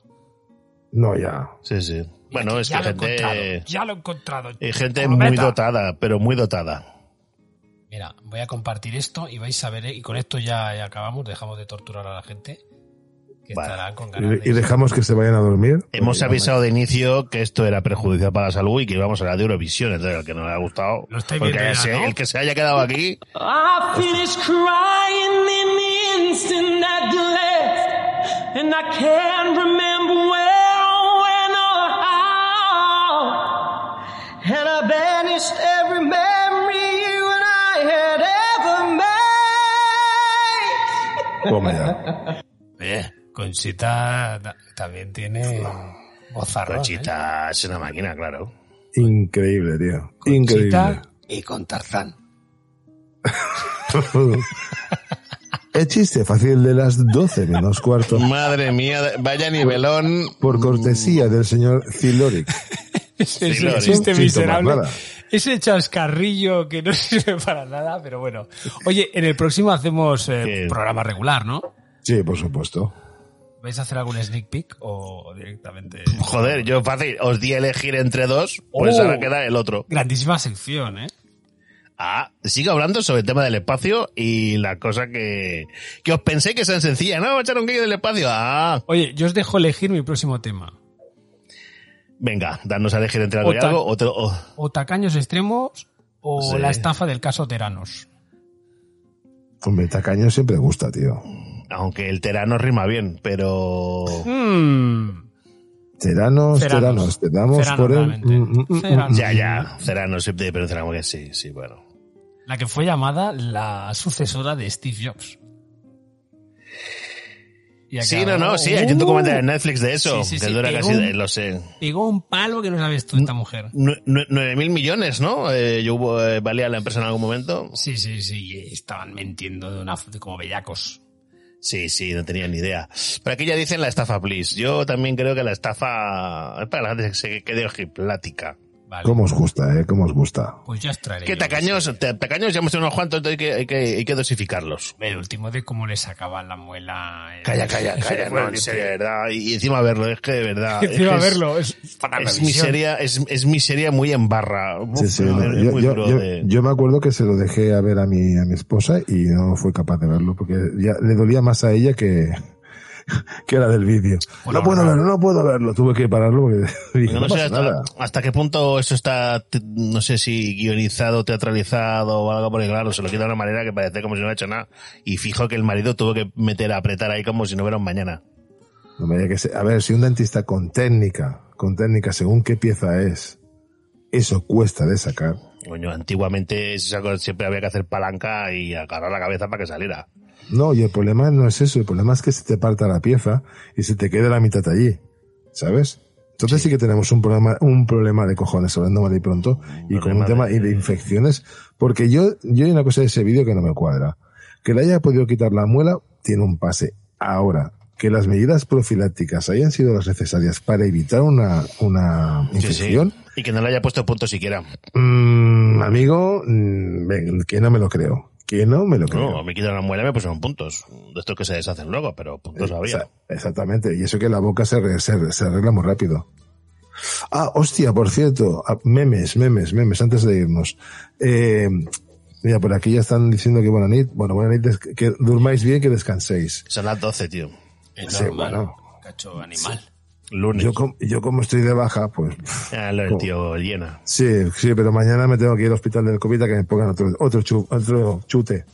No, ya. Sí, sí. Bueno, es que ya lo he gente, encontrado, ya lo he encontrado. hay gente Colometa. muy dotada, pero muy dotada. Mira, voy a compartir esto y vais a ver, eh, y con esto ya, ya acabamos, dejamos de torturar a la gente. Que Vale. estarán con ganas Y, y de- dejamos que se vayan a dormir. Hemos Oye, avisado de inicio que esto era perjudicial para la salud y que íbamos a hablar de Eurovisión, entonces el que no le ha gustado, Lo estáis porque viendo ya, ese- ¿no? el que se haya quedado aquí, I finished crying in the instant that and I can't remember where or when or how. And I banished every memory you and I had ever made. Toma ya. eh, Oye, Conchita ta- también tiene bozarrón. Conchita es una máquina, claro. Increíble, tío. Increíble. Conchita y con Tarzán. *laughs* El chiste fácil de las 12 menos cuarto. Madre mía, vaya nivelón. Por cortesía del señor *laughs* Ziloric. Ese es Sí, un lo chiste haré. miserable. Sin tomar nada. Ese chascarrillo que no *laughs* sirve para nada, pero bueno. Oye, en el próximo hacemos eh, Bien. programa regular, ¿no? Sí, por supuesto. ¿Vais a hacer algún sneak peek o directamente? Joder, yo fácil, os di a elegir entre dos, pues Oh. ahora queda el otro. Grandísima sección, ¿eh? Ah, sigo hablando sobre el tema del espacio y la cosa que, que os pensé que es tan sencilla. No, echar un gallo del espacio. Ah, Oye, yo os dejo elegir mi próximo tema. venga, darnos a elegir entre algo y Otra. algo. oh, o te lo- o- O tacaños extremos o Sí. la estafa del caso Teranos. Hombre, tacaño siempre gusta, tío. aunque el terano rima bien, pero... Hmm. Mm. Teranos, Ceranos. teranos, te damos Cerano, por el... realmente. Mm, mm, mm, Cerano. mm. Ya, ya, terano, siempre, pero terano que sí, sí, bueno. La que fue llamada la sucesora de Steve Jobs. Y Sí, no, acabó- no, sí, hay un ¡Uh! documental en Netflix de eso, Sí, sí, que sí, dura pegó casi, eh, un- lo sé, Pegó un palo que no sabes tú esta mujer. nue- nue- nueve mil millones, ¿no? Eh, yo hubo, eh, valía la empresa en algún momento. Sí, sí, sí, y estaban mintiendo de una f- como bellacos. Sí, sí, no tenía ni idea. Pero aquí ya dicen la estafa, please. Yo también creo que la estafa es para la gente que se quede ojiplática. Vale. ¿Cómo os gusta, eh? ¿Cómo os gusta? Pues ya os traeré. Que yo ese. tacaños, ta- tacaños ya hemos tenido unos cuantos, entonces hay que, hay que, hay que dosificarlos. El último de cómo le sacaban la muela. eh. Calla, *laughs* calla, calla, no, en serio, de verdad. Y encima verlo, es que de verdad. es *laughs* Encima que es- verlo, es, Es miseria, es, es miseria muy en barra. Uf, Sí, sí, es no, Yo, muy yo- duro yo- de- yo me acuerdo que se lo dejé a ver a mi, a mi esposa y no fue capaz de verlo porque ya le dolía más a ella que, *laughs* que la del vídeo. Bueno, no puedo no. verlo, no puedo verlo. Tuve que pararlo porque *laughs* dije, no, Yo no sé pasa hasta, nada. hasta qué punto eso está, te- no sé si guionizado, teatralizado o algo, porque claro, se lo quita de una manera que parece como si no ha hecho nada. Y fijo que el marido tuvo que meter a apretar ahí como si no hubiera un mañana. No me diga que se- a ver, si un dentista con técnica, con técnica según qué pieza es, eso cuesta de sacar. Coño, antiguamente esa cosa siempre había que hacer palanca y agarrar la cabeza para que saliera. No, y el problema no es eso, el problema es que se te parta la pieza y se te quede la mitad allí, ¿sabes? Entonces sí, que tenemos un problema, un problema de cojones, hablando mal y pronto, y con problema un tema de- y de infecciones, porque yo, yo hay una cosa de ese vídeo que no me cuadra. Que le haya podido quitar la muela, tiene un pase. Ahora, que las medidas profilácticas hayan sido las necesarias para evitar una, una Sí, sí. infección, Y que no le haya puesto punto siquiera. Mm, amigo, mm, ven, que no me lo creo. Que no me lo creo. No, me quitaron la muela y me pusieron puntos. De estos que se deshacen luego, pero puntos había. Eh, Exa- Exactamente. Y eso que la boca se, re- se, re- se arregla muy rápido. Ah, hostia, por cierto. ah, Memes, memes, memes, antes de irnos. Eh, mira, por aquí ya están diciendo que buena nit. Bueno, buena nit, des- que durmáis bien, que descanséis. Son las 12, tío. Es Sí, normal, bueno. cacho animal. Lunes. Yo, com- yo como estoy de baja, pues... pff, Ah, lo del tío llena. Sí, sí, pero mañana me tengo que ir al hospital del COVID a que me pongan otro, otro, chu- otro chute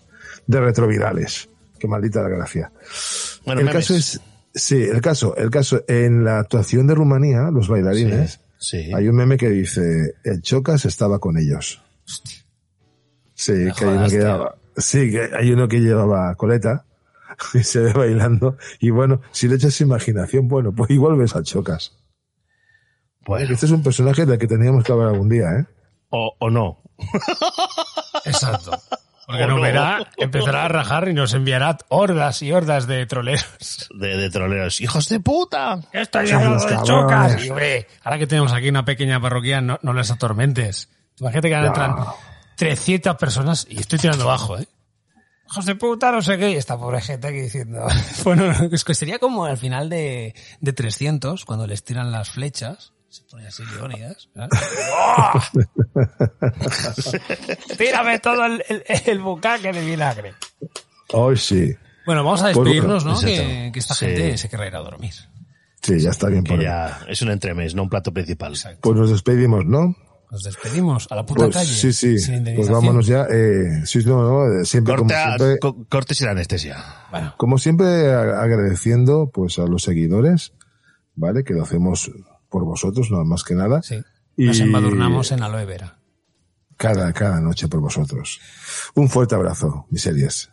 de retrovirales. Qué maldita la gracia. Bueno, el memes. caso es, sí, el caso, el caso, en la actuación de Rumanía, los bailarines, Sí. ¿eh? hay un meme que dice, el Chocas estaba con ellos. Sí, que hay uno jodas, que tío. llevaba, sí, que hay uno que llevaba coleta *laughs* y se ve bailando. Y bueno, si le echas imaginación, bueno, pues igual ves a Chocas. Bueno, Este es un personaje del que teníamos que hablar algún día, ¿eh? o, o no. *laughs* Exacto. Porque O nos no. verá, empezará a rajar y nos enviará hordas y hordas de troleros. De, de troleros. ¡Hijos de puta! Esto Son unos cabrones. Y, hombre, ahora que tenemos aquí una pequeña parroquia, no, no les atormentes. Imagínate que ahora entran No. 300 personas y estoy tirando bajo, ¿eh? Hijos de puta, no sé qué. Y esta pobre gente aquí diciendo... *laughs* Bueno, es que sería como al final de, de 300, cuando les tiran las flechas. Se ponen así leónidas. ¿verdad? ¡Oh! *laughs* Tírame todo el, el, el bucaque de vinagre. Hoy sí. Bueno, vamos a Pues bueno, despedirnos, ¿no? exacto. Que, que esta Sí. gente se querrá ir a dormir. Sí, ya está bien Que por hoy. ya es un entremés, no un plato principal. Exacto. Pues nos despedimos, ¿no? Nos despedimos a la puta pues, calle. Sí, sí. sin Pues indemnización. vámonos ya. Eh, sí, no, no, siempre Corta- como siempre. co- cortes y la anestesia. Bueno, Como siempre, a- agradeciendo pues a los seguidores, ¿vale? Que lo hacemos por vosotros, nada más que nada. sí. Nos Y- embadurnamos en aloe vera. Cada, cada noche por vosotros. Un fuerte abrazo, miserias.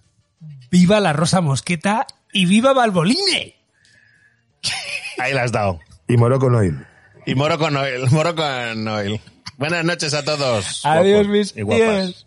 ¡Viva la Rosa Mosqueta y viva Balboline! Ahí la has dado. Y Morocco Noil. Y moro con Noel. Moro con Noel. Buenas noches a todos. Adiós, guapos mis y guapas. pies.